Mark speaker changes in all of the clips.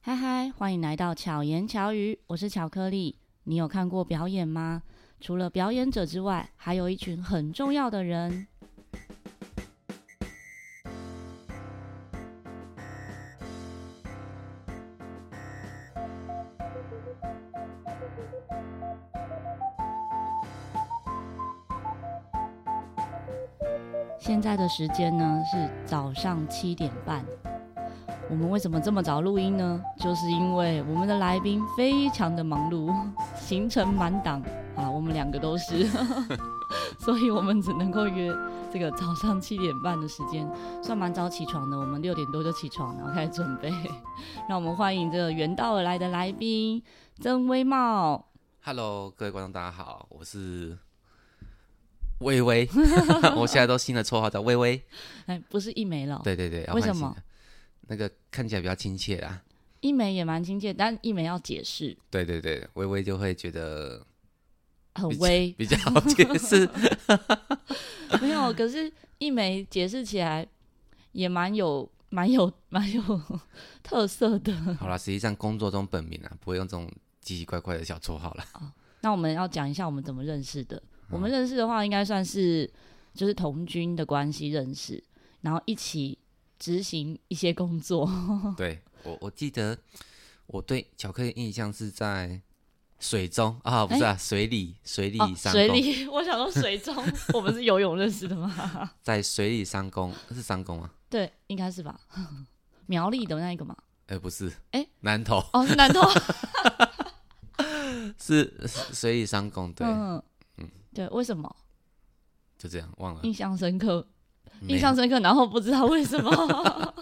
Speaker 1: 嗨，欢迎来到巧言巧语，我是巧克力。你有看过表演吗？除了表演者之外，还有一群很重要的人。现在的时间呢是早上七点半。我们为什么这么早录音呢？就是因为我们的来宾非常的忙碌， 行程满档啊，我们两个都是， 所以我们只能够约这个早上七点半的时间，算蛮早起床的。我们六点多就起床，然后 开始准备。让我们欢迎这个远道而来的来宾曾威茂。
Speaker 2: Hello，各位观众，大家好，我是 微微， 我现在都新的绰号叫微微。
Speaker 1: 哎，不是一梅了，
Speaker 2: 对对对，要
Speaker 1: 为
Speaker 2: 换
Speaker 1: 什
Speaker 2: 新
Speaker 1: 么
Speaker 2: 的？那个看起来比较亲切啦。
Speaker 1: 一梅也蛮亲切，但一梅要解释，
Speaker 2: 对对对，微微就会觉得
Speaker 1: 很
Speaker 2: 比较
Speaker 1: 微，
Speaker 2: 比较好解释。
Speaker 1: 没有，可是一梅解释起来也蛮有、蛮有、蛮有特色的。
Speaker 2: 好啦，实际上工作中本名啊，不会用这种奇奇怪怪的小绰号啦。
Speaker 1: 那我们要讲一下我们怎么认识的。我们认识的话，应该算是就是同军的关系认识，然后一起执行一些工作。
Speaker 2: 嗯对我，我记得我对巧克力印象是在水中啊，不是啊，水里水里
Speaker 1: 哎哦，
Speaker 2: 上
Speaker 1: 水
Speaker 2: 工，
Speaker 1: 里，我想说水中，我们是游泳认识的吗？
Speaker 2: 在水里上工是上工吗？
Speaker 1: 对，应该是吧。 苗栗的那一个嘛，
Speaker 2: 哎、不是，
Speaker 1: 哎
Speaker 2: 南投
Speaker 1: 哦，是南投，
Speaker 2: 是 是水里上工，对，
Speaker 1: 嗯，对，为什么
Speaker 2: 就这样忘了。
Speaker 1: 印象深刻？
Speaker 2: 没
Speaker 1: 印
Speaker 2: 有
Speaker 1: 象深刻，然后不知道为什么。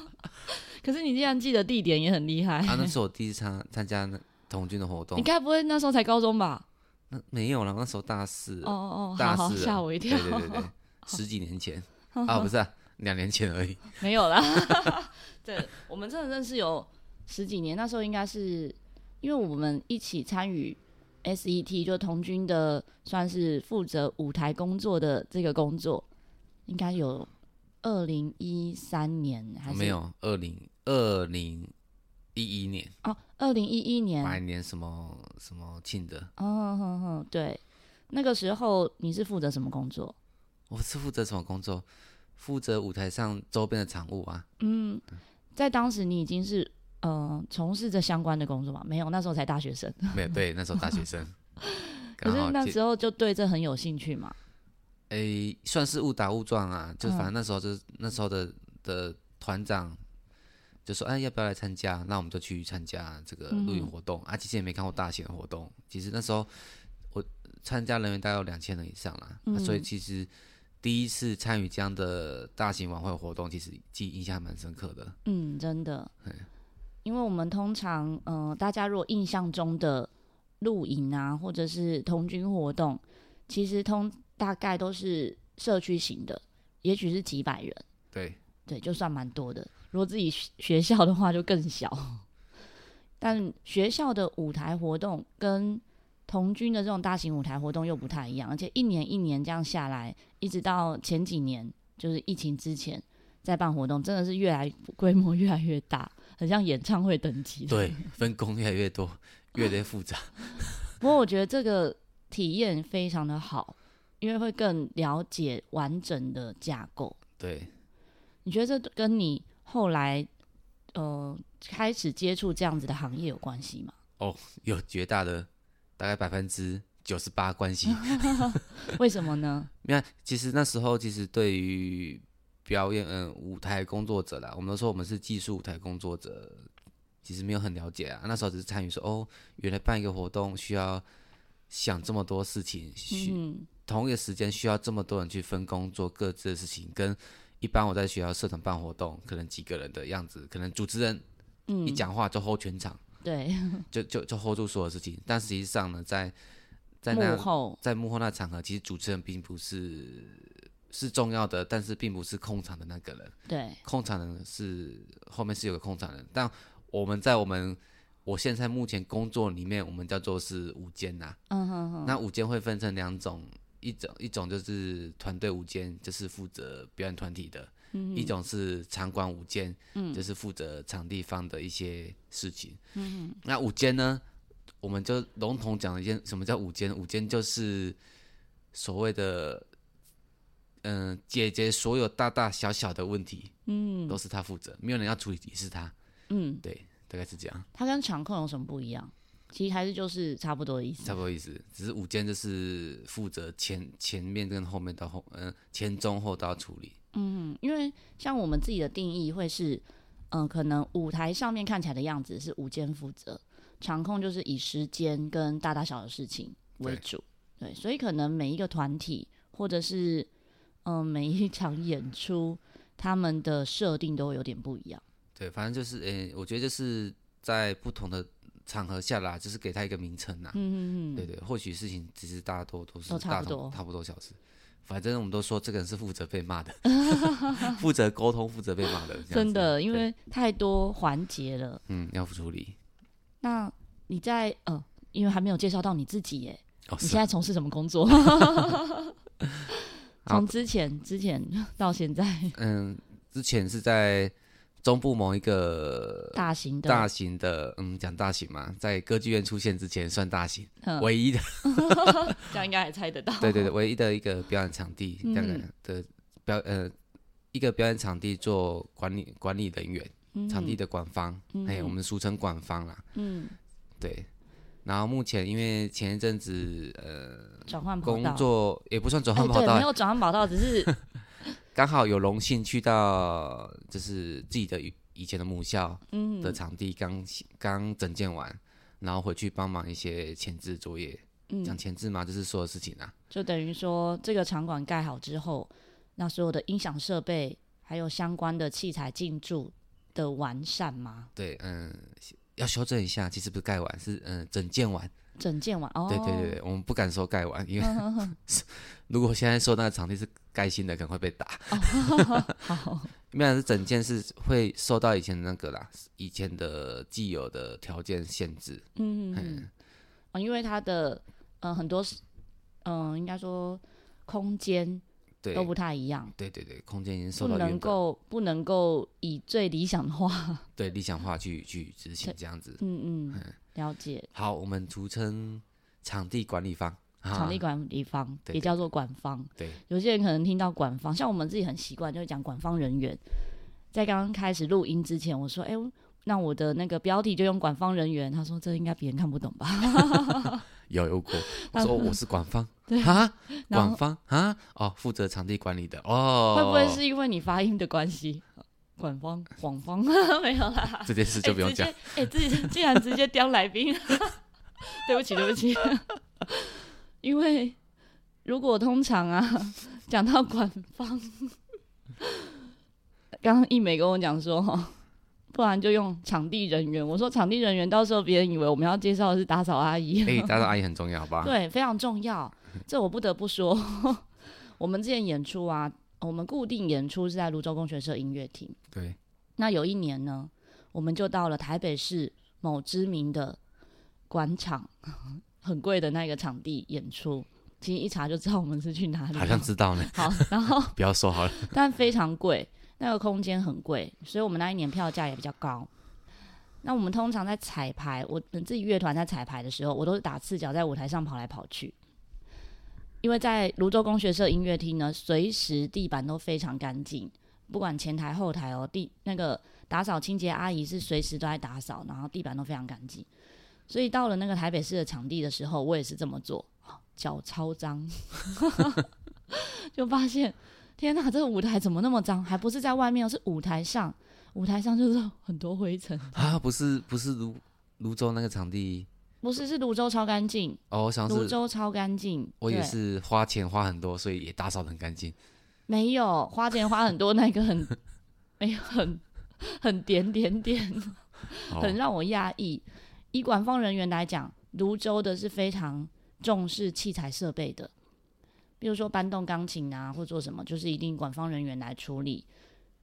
Speaker 1: 可是你竟然记得地点也很厉害，
Speaker 2: 啊，那是我第一次参参加那童军的活动
Speaker 1: 你，该不会那时候才高中吧？
Speaker 2: 那没有了，那时候大四，
Speaker 1: 哦哦哦，
Speaker 2: 大
Speaker 1: 好好
Speaker 2: 四了
Speaker 1: 吓我一
Speaker 2: 对
Speaker 1: 跳，嗯
Speaker 2: 对对对，十几年前啊，不是啊两年前而已。
Speaker 1: 没有啦。对，我们真的认识有十几年，那时候应该是因为我们一起参与 SET，就童军的，算是负责舞台工作的这个工作，应该有二零一三年 还是
Speaker 2: 哦没有，二零二零一一年，
Speaker 1: 哦，二零一一年
Speaker 2: 哪一年什么什么庆的，
Speaker 1: 哦，哼哼，对，那个时候你是负责什么工作？
Speaker 2: 我是负责什么工作？负责舞台上周边的产物啊，
Speaker 1: 嗯，在当时你已经是呃从事着相关的工作吗？没有，那时候才大学生。
Speaker 2: 没有，对，那时候大 学生，
Speaker 1: 可
Speaker 2: 刚好
Speaker 1: 是那
Speaker 2: 借
Speaker 1: 时候就对这很有兴趣嘛？
Speaker 2: 诶、算是误打误撞啊，就
Speaker 1: 嗯
Speaker 2: 反正那时候就是、那时候的的团长就说，哎，要不要来参加？那我们就去参加这个
Speaker 1: 嗯
Speaker 2: 露营活动、啊。其实也没看过大型的活动，其实那时候我参加人员大概有两千人以上啦、啊所以
Speaker 1: 嗯
Speaker 2: 其实第一次参与这样的大型晚会活动，其实记忆印象还蛮深刻的。
Speaker 1: 嗯，真的，因为我们通常呃，大家如果印象中的露营啊，或者是童军活动，其实通大概都是社区型的，也许是几百人，
Speaker 2: 对，
Speaker 1: 对，就算蛮多的。如果自己学学校的话，就更小。 但学校的舞台活动跟童军的这种大型舞台活动又不太一样，而且一年一年这样下来，一直到前几年，就是疫情之前在办活动，真的是越来规模越来越大，很像演唱会等级。
Speaker 2: 对， 分工越来越多，越来越复杂。
Speaker 1: 不过我觉得这个体验非常的好，因为会更了解完整的架构。
Speaker 2: 对，
Speaker 1: 你觉得这跟你后来呃开始接触这样子的行业有关系吗？
Speaker 2: 有绝大的大概百分之九十八 关系。
Speaker 1: 为什么呢？
Speaker 2: 你看，其实那时候其实对于表演，嗯，舞台工作者啦，我们都说我们是技术舞台工作者，其实没有很了解啊。那时候只是参与说，哦，原来办一个活动需要想这么多事情，需、
Speaker 1: 嗯
Speaker 2: 同一个时间需要这么多人去分工做各自的事情，跟一般我在学校社团办活动，可能几个人的样子，可能主持人
Speaker 1: 嗯，
Speaker 2: 一讲话就 hold 全场，
Speaker 1: 对
Speaker 2: 就就就 hold 住所有事情。但实际上呢，在在那
Speaker 1: 幕后
Speaker 2: 在幕后那场合，其实主持人并不是是重要的，但是并不是控场的那个人，
Speaker 1: 对
Speaker 2: 控场人是后面是有个控场人，但我们在我们我现在目前工作里面，我们叫做是舞间呐、
Speaker 1: 嗯哼哼
Speaker 2: 那舞间会分成两种，一种一种就是团队舞间，就是负责表演团体的，
Speaker 1: 嗯
Speaker 2: 一种是场馆舞监，
Speaker 1: 嗯
Speaker 2: 就是负责场地方的一些事情。嗯，那舞监呢，我们就笼统讲一件，什么叫舞监？舞监就是所谓的，嗯、解决所有大大小小的问题
Speaker 1: 嗯
Speaker 2: 都是他负责，没有人要处理也是他，
Speaker 1: 嗯，
Speaker 2: 对，大概是这样，
Speaker 1: 它跟场控有什么不一样？其实还是就是差不多的意思
Speaker 2: 差。不多意思。只是舞监就是负责前前面跟后面到后，嗯、前中后都要处理。
Speaker 1: 嗯，因为像我们自己的定义会是，嗯、可能舞台上面看起来的样子是舞间负责，场控就是以时间跟大大小小的事情为
Speaker 2: 对
Speaker 1: 主，对，所以可能每一个团体或者是嗯、呃每一场演出，他们的设定都会有点不一样。
Speaker 2: 对，反正就是，诶、我觉得就是在不同的场合下啦，就是给他一个名称啦。
Speaker 1: 嗯嗯
Speaker 2: 对对，或许事情只是大家都都是
Speaker 1: 都差
Speaker 2: 大
Speaker 1: 不
Speaker 2: 同
Speaker 1: 多
Speaker 2: 差不多小事。反正我们都说这个人是负责被骂 的，负责沟通、负责被骂的，这样
Speaker 1: 真的，
Speaker 2: 子
Speaker 1: 因
Speaker 2: 对
Speaker 1: 为太多环节了。
Speaker 2: 嗯要处理
Speaker 1: 那你在呃，因为还没有介绍到你自己耶，
Speaker 2: 哦，
Speaker 1: 你
Speaker 2: 是
Speaker 1: 现在从事什么工 作？从之前之前 到现在，
Speaker 2: 嗯，之前是在中部某一个
Speaker 1: 大型的
Speaker 2: 大型的，嗯，讲大型嘛，在歌剧院出现之前算大型，
Speaker 1: 嗯
Speaker 2: 唯一的，
Speaker 1: 这样应该还猜得到。
Speaker 2: 对对对，唯一的一个表演场地，这个
Speaker 1: 嗯
Speaker 2: 的表呃一个表演场地做管理管理人员，
Speaker 1: 对
Speaker 2: 场地的管方，哎、我们俗称管方啦，
Speaker 1: 嗯，
Speaker 2: 对。然后目前因为前一阵子呃
Speaker 1: 转换跑
Speaker 2: 工
Speaker 1: 道，
Speaker 2: 作也不算转
Speaker 1: 哎
Speaker 2: 换跑
Speaker 1: 对，没
Speaker 2: 道，
Speaker 1: 有转换跑道，只 是
Speaker 2: 刚、好有荣幸去到就是自己的以以前的母校
Speaker 1: 嗯
Speaker 2: 的场地刚刚整建完，然后回去帮忙一些前置作业，讲
Speaker 1: 嗯，
Speaker 2: 前置嘛，就是所有事情啊，
Speaker 1: 就等于说这个场馆盖好之后，那所有的音响设备还有相关的器材进驻的完善吗？
Speaker 2: 对，嗯，要修正一下，其实不是盖完，是嗯整建完，
Speaker 1: 整件完哦，
Speaker 2: 对对对对，我们不敢说盖 完，因为
Speaker 1: 呵呵呵，
Speaker 2: 如果现在说那个场地是盖新的，可能会被打。
Speaker 1: 哦好，
Speaker 2: 没有，是整件事会受到以前那个啦，以前的既有的条件限制。
Speaker 1: 嗯嗯嗯
Speaker 2: 嗯，
Speaker 1: 哦，因为它的呃很多是嗯、应该说空间
Speaker 2: 对
Speaker 1: 都，不太一样，
Speaker 2: 对对对，空间已经受
Speaker 1: 不
Speaker 2: 到原
Speaker 1: 能
Speaker 2: 本
Speaker 1: 够不能够以最理想化，
Speaker 2: 对理想化去去执行这样子。
Speaker 1: 嗯嗯，了解。
Speaker 2: 好，我们俗称场地管理方，啊
Speaker 1: 场地管理方，
Speaker 2: 对
Speaker 1: 也
Speaker 2: 对
Speaker 1: 叫做管方。
Speaker 2: 对
Speaker 1: 有些人可能听到管方，像我们自己很习惯，就是讲管方人员。在刚刚开始录音之前，我说：“哎、那我的那个标题就用管方人员。”他说：“这应该别人看不懂吧
Speaker 2: 有有过，我
Speaker 1: 他
Speaker 2: 说我是管方
Speaker 1: 对
Speaker 2: 啊，？”
Speaker 1: 然
Speaker 2: 管
Speaker 1: 后
Speaker 2: 方啊，哦，负责场地管理的哦，
Speaker 1: 会不会是因为你发音的关系？管方、广方 没有啦，
Speaker 2: 这件事就不用讲？
Speaker 1: 哎、直接哎，自己竟然直接刁来宾， 对不起，对不起， 因为如果通常啊，讲到管方，刚刚一美跟我讲说，哦不然就用场地人员。我说场地人员，到时候别人以为我们要介绍的是打扫阿姨，
Speaker 2: 哎，打扫阿姨很重要，好吧？
Speaker 1: 对，非常重要。这我不得不说， 我们之前演出啊，我们固定演出是在泸州工学社音乐厅。
Speaker 2: 对，
Speaker 1: 那有一年呢，我们就到了台北市某知名的广场， 很贵的那个场地演出。其实一查就知道我们是去哪里了。
Speaker 2: 好像知道呢，
Speaker 1: 好， 然后
Speaker 2: 不要说好了，
Speaker 1: 但非常贵，那个空间很贵，所以我们那一年票价也比较高。那我们通常在彩排，我们自己乐团在彩排的时候，我都是打赤脚在舞台上跑来跑去，因为在泸州工学社音乐厅呢，随时地板都非常干净，不管前台后台哦，地那个打扫清洁阿姨是随时都在打扫，然后地板都非常干净。所以到了那个台北市的场地的时候，我也是这么做，哦脚超脏， 就发现天哪，这个舞台怎么那么脏？还不是在外面哦，是舞台上，舞台上就是很多灰尘。
Speaker 2: 啊，不是不是泸泸州那个场地
Speaker 1: 不是，是泸州超干净，
Speaker 2: 哦，我想
Speaker 1: 泸
Speaker 2: 是
Speaker 1: 州超干净。
Speaker 2: 我也
Speaker 1: 对，
Speaker 2: 是花钱花很多，所以也打扫得很干净。
Speaker 1: 没有花钱花很多，那个很 没有很很点点点，
Speaker 2: 哦
Speaker 1: 很让我讶异。以管方人员来讲，泸州的是非常重视器材设备的，比如说搬动钢琴啊，或做什么，就是一定管方人员来处理。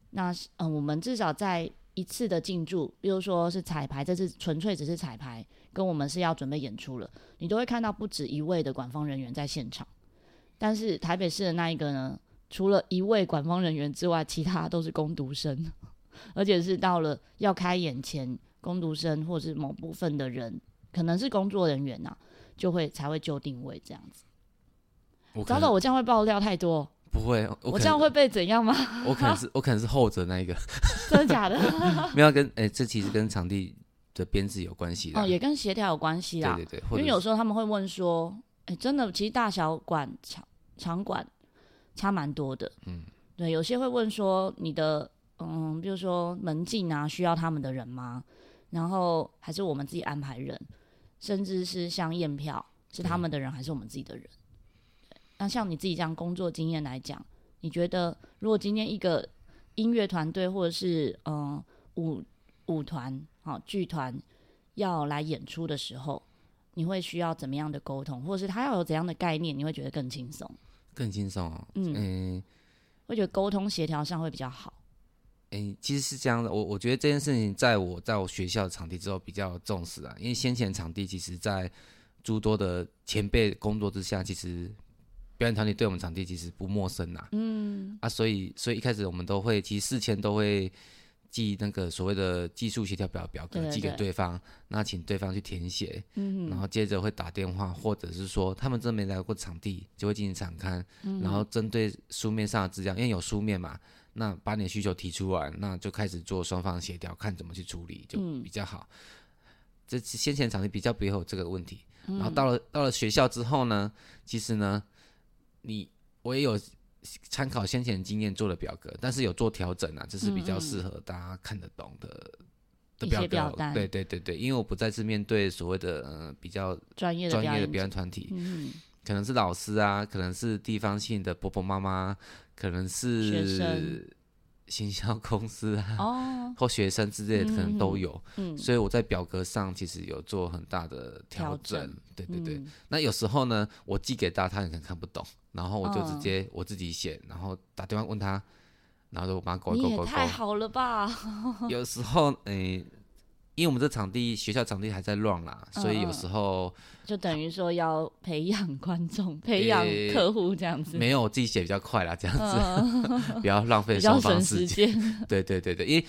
Speaker 1: 那嗯、呃我们至少在一次的进驻，比如说是彩排，这次纯粹只是彩排，跟我们是要准备演出了，你都会看到不止一位的管方人员在现场。但是台北市的那一个呢，除了一位管方人员之外，其他都是攻读生，而且是到了要开演前，攻读生或是某部分的人，可能是工作人员呐、就会才会就定位这样子。
Speaker 2: 我可
Speaker 1: 糟糕，
Speaker 2: 能
Speaker 1: 我这样会爆料太多，
Speaker 2: 不会，我
Speaker 1: 我
Speaker 2: 可
Speaker 1: 这样
Speaker 2: 能
Speaker 1: 会啊被怎样吗？
Speaker 2: 我可能是我可能是后者那一个，
Speaker 1: 真的 假的？
Speaker 2: 没有跟哎、这其实跟场地的编制有关系的。
Speaker 1: 哦，也跟协调有关系啦。
Speaker 2: 对对对，或
Speaker 1: 因
Speaker 2: 者
Speaker 1: 为有
Speaker 2: 是
Speaker 1: 时候他们会问说，哎、真的，其实大小馆场场馆差蛮多的，
Speaker 2: 嗯，
Speaker 1: 对，有些会问说你的，嗯，比如说门禁啊，需要他们的人吗？然后还是我们自己安排人，甚至是像验票是
Speaker 2: 嗯
Speaker 1: 他们的人还是我们自己的人？对那像你自己这样工作经验来讲，你觉得如果今天一个音乐团队或者是嗯舞舞团好剧团要来演出的时候，你会需要怎么样的沟通，或者是他要有怎样的概念，你会觉得更轻松，
Speaker 2: 更轻松哦。
Speaker 1: 嗯
Speaker 2: 嗯、诶
Speaker 1: 会觉得沟通协调上会比较好。
Speaker 2: 诶其实是这样的，我我觉得这件事情在我在我学校的场地之后比较重视啊，因为先前场地其实在诸多的前辈工作之下，其实表演团体对我们场地其实不陌生呐、
Speaker 1: 嗯，
Speaker 2: 啊，所以所以一开始我们都会，其实事前都会寄那个所谓的技术协调表表格
Speaker 1: 对对
Speaker 2: 寄给
Speaker 1: 对
Speaker 2: 对方，那请对方去填写，
Speaker 1: 嗯
Speaker 2: 然后接着会打电话，或者是说他们真没来过场地，就会进行场刊，然
Speaker 1: 嗯
Speaker 2: 后针对书面上的资料，因为有书面嘛，那把你的需求提出来，那就开始做双方协调，看怎么去处理就
Speaker 1: 嗯
Speaker 2: 比较好。这先前场地比较不会有这个问题，然
Speaker 1: 嗯
Speaker 2: 后到了到了学校之后呢，其实呢，你我也有参考先前经验做的表格，但是有做调整啊，这是比较适合大家看得懂的。的
Speaker 1: 嗯一
Speaker 2: 表
Speaker 1: 些
Speaker 2: 格哦
Speaker 1: 表单
Speaker 2: 对对对对，因为我不再是面对所谓的呃比较
Speaker 1: 专业的
Speaker 2: 专
Speaker 1: 表
Speaker 2: 业的
Speaker 1: 演
Speaker 2: 表
Speaker 1: 者，
Speaker 2: 演团体，
Speaker 1: 嗯，
Speaker 2: 可能是老师啊，可能是地方性的婆婆妈妈，可能
Speaker 1: 学
Speaker 2: 是
Speaker 1: 生
Speaker 2: 行销公司啊、
Speaker 1: 哦，
Speaker 2: 或学生之类的，可能都有。
Speaker 1: 嗯，
Speaker 2: 所以我在表格上其实有做很大的调
Speaker 1: 调
Speaker 2: 整，
Speaker 1: 整
Speaker 2: 对对对。
Speaker 1: 嗯
Speaker 2: 那有时候呢，我寄给大家，他可能看不懂，然后我就直
Speaker 1: 嗯
Speaker 2: 接我自己写，然后打电话问他，然后就我帮他勾一勾
Speaker 1: 你也
Speaker 2: 勾一勾。
Speaker 1: 太好了吧？
Speaker 2: 有时候，诶、因为我们这场地学校场地还在乱啦，所以
Speaker 1: 嗯
Speaker 2: 有
Speaker 1: 嗯
Speaker 2: 时候
Speaker 1: 就等于说要培养观 众、培养
Speaker 2: 诶
Speaker 1: 客户这样子，
Speaker 2: 没有我自己写比较快啦，这样子、
Speaker 1: 嗯
Speaker 2: 不要浪费
Speaker 1: 比较
Speaker 2: 双
Speaker 1: 省
Speaker 2: 方
Speaker 1: 时
Speaker 2: 时间。
Speaker 1: 间。
Speaker 2: 对对对对，因为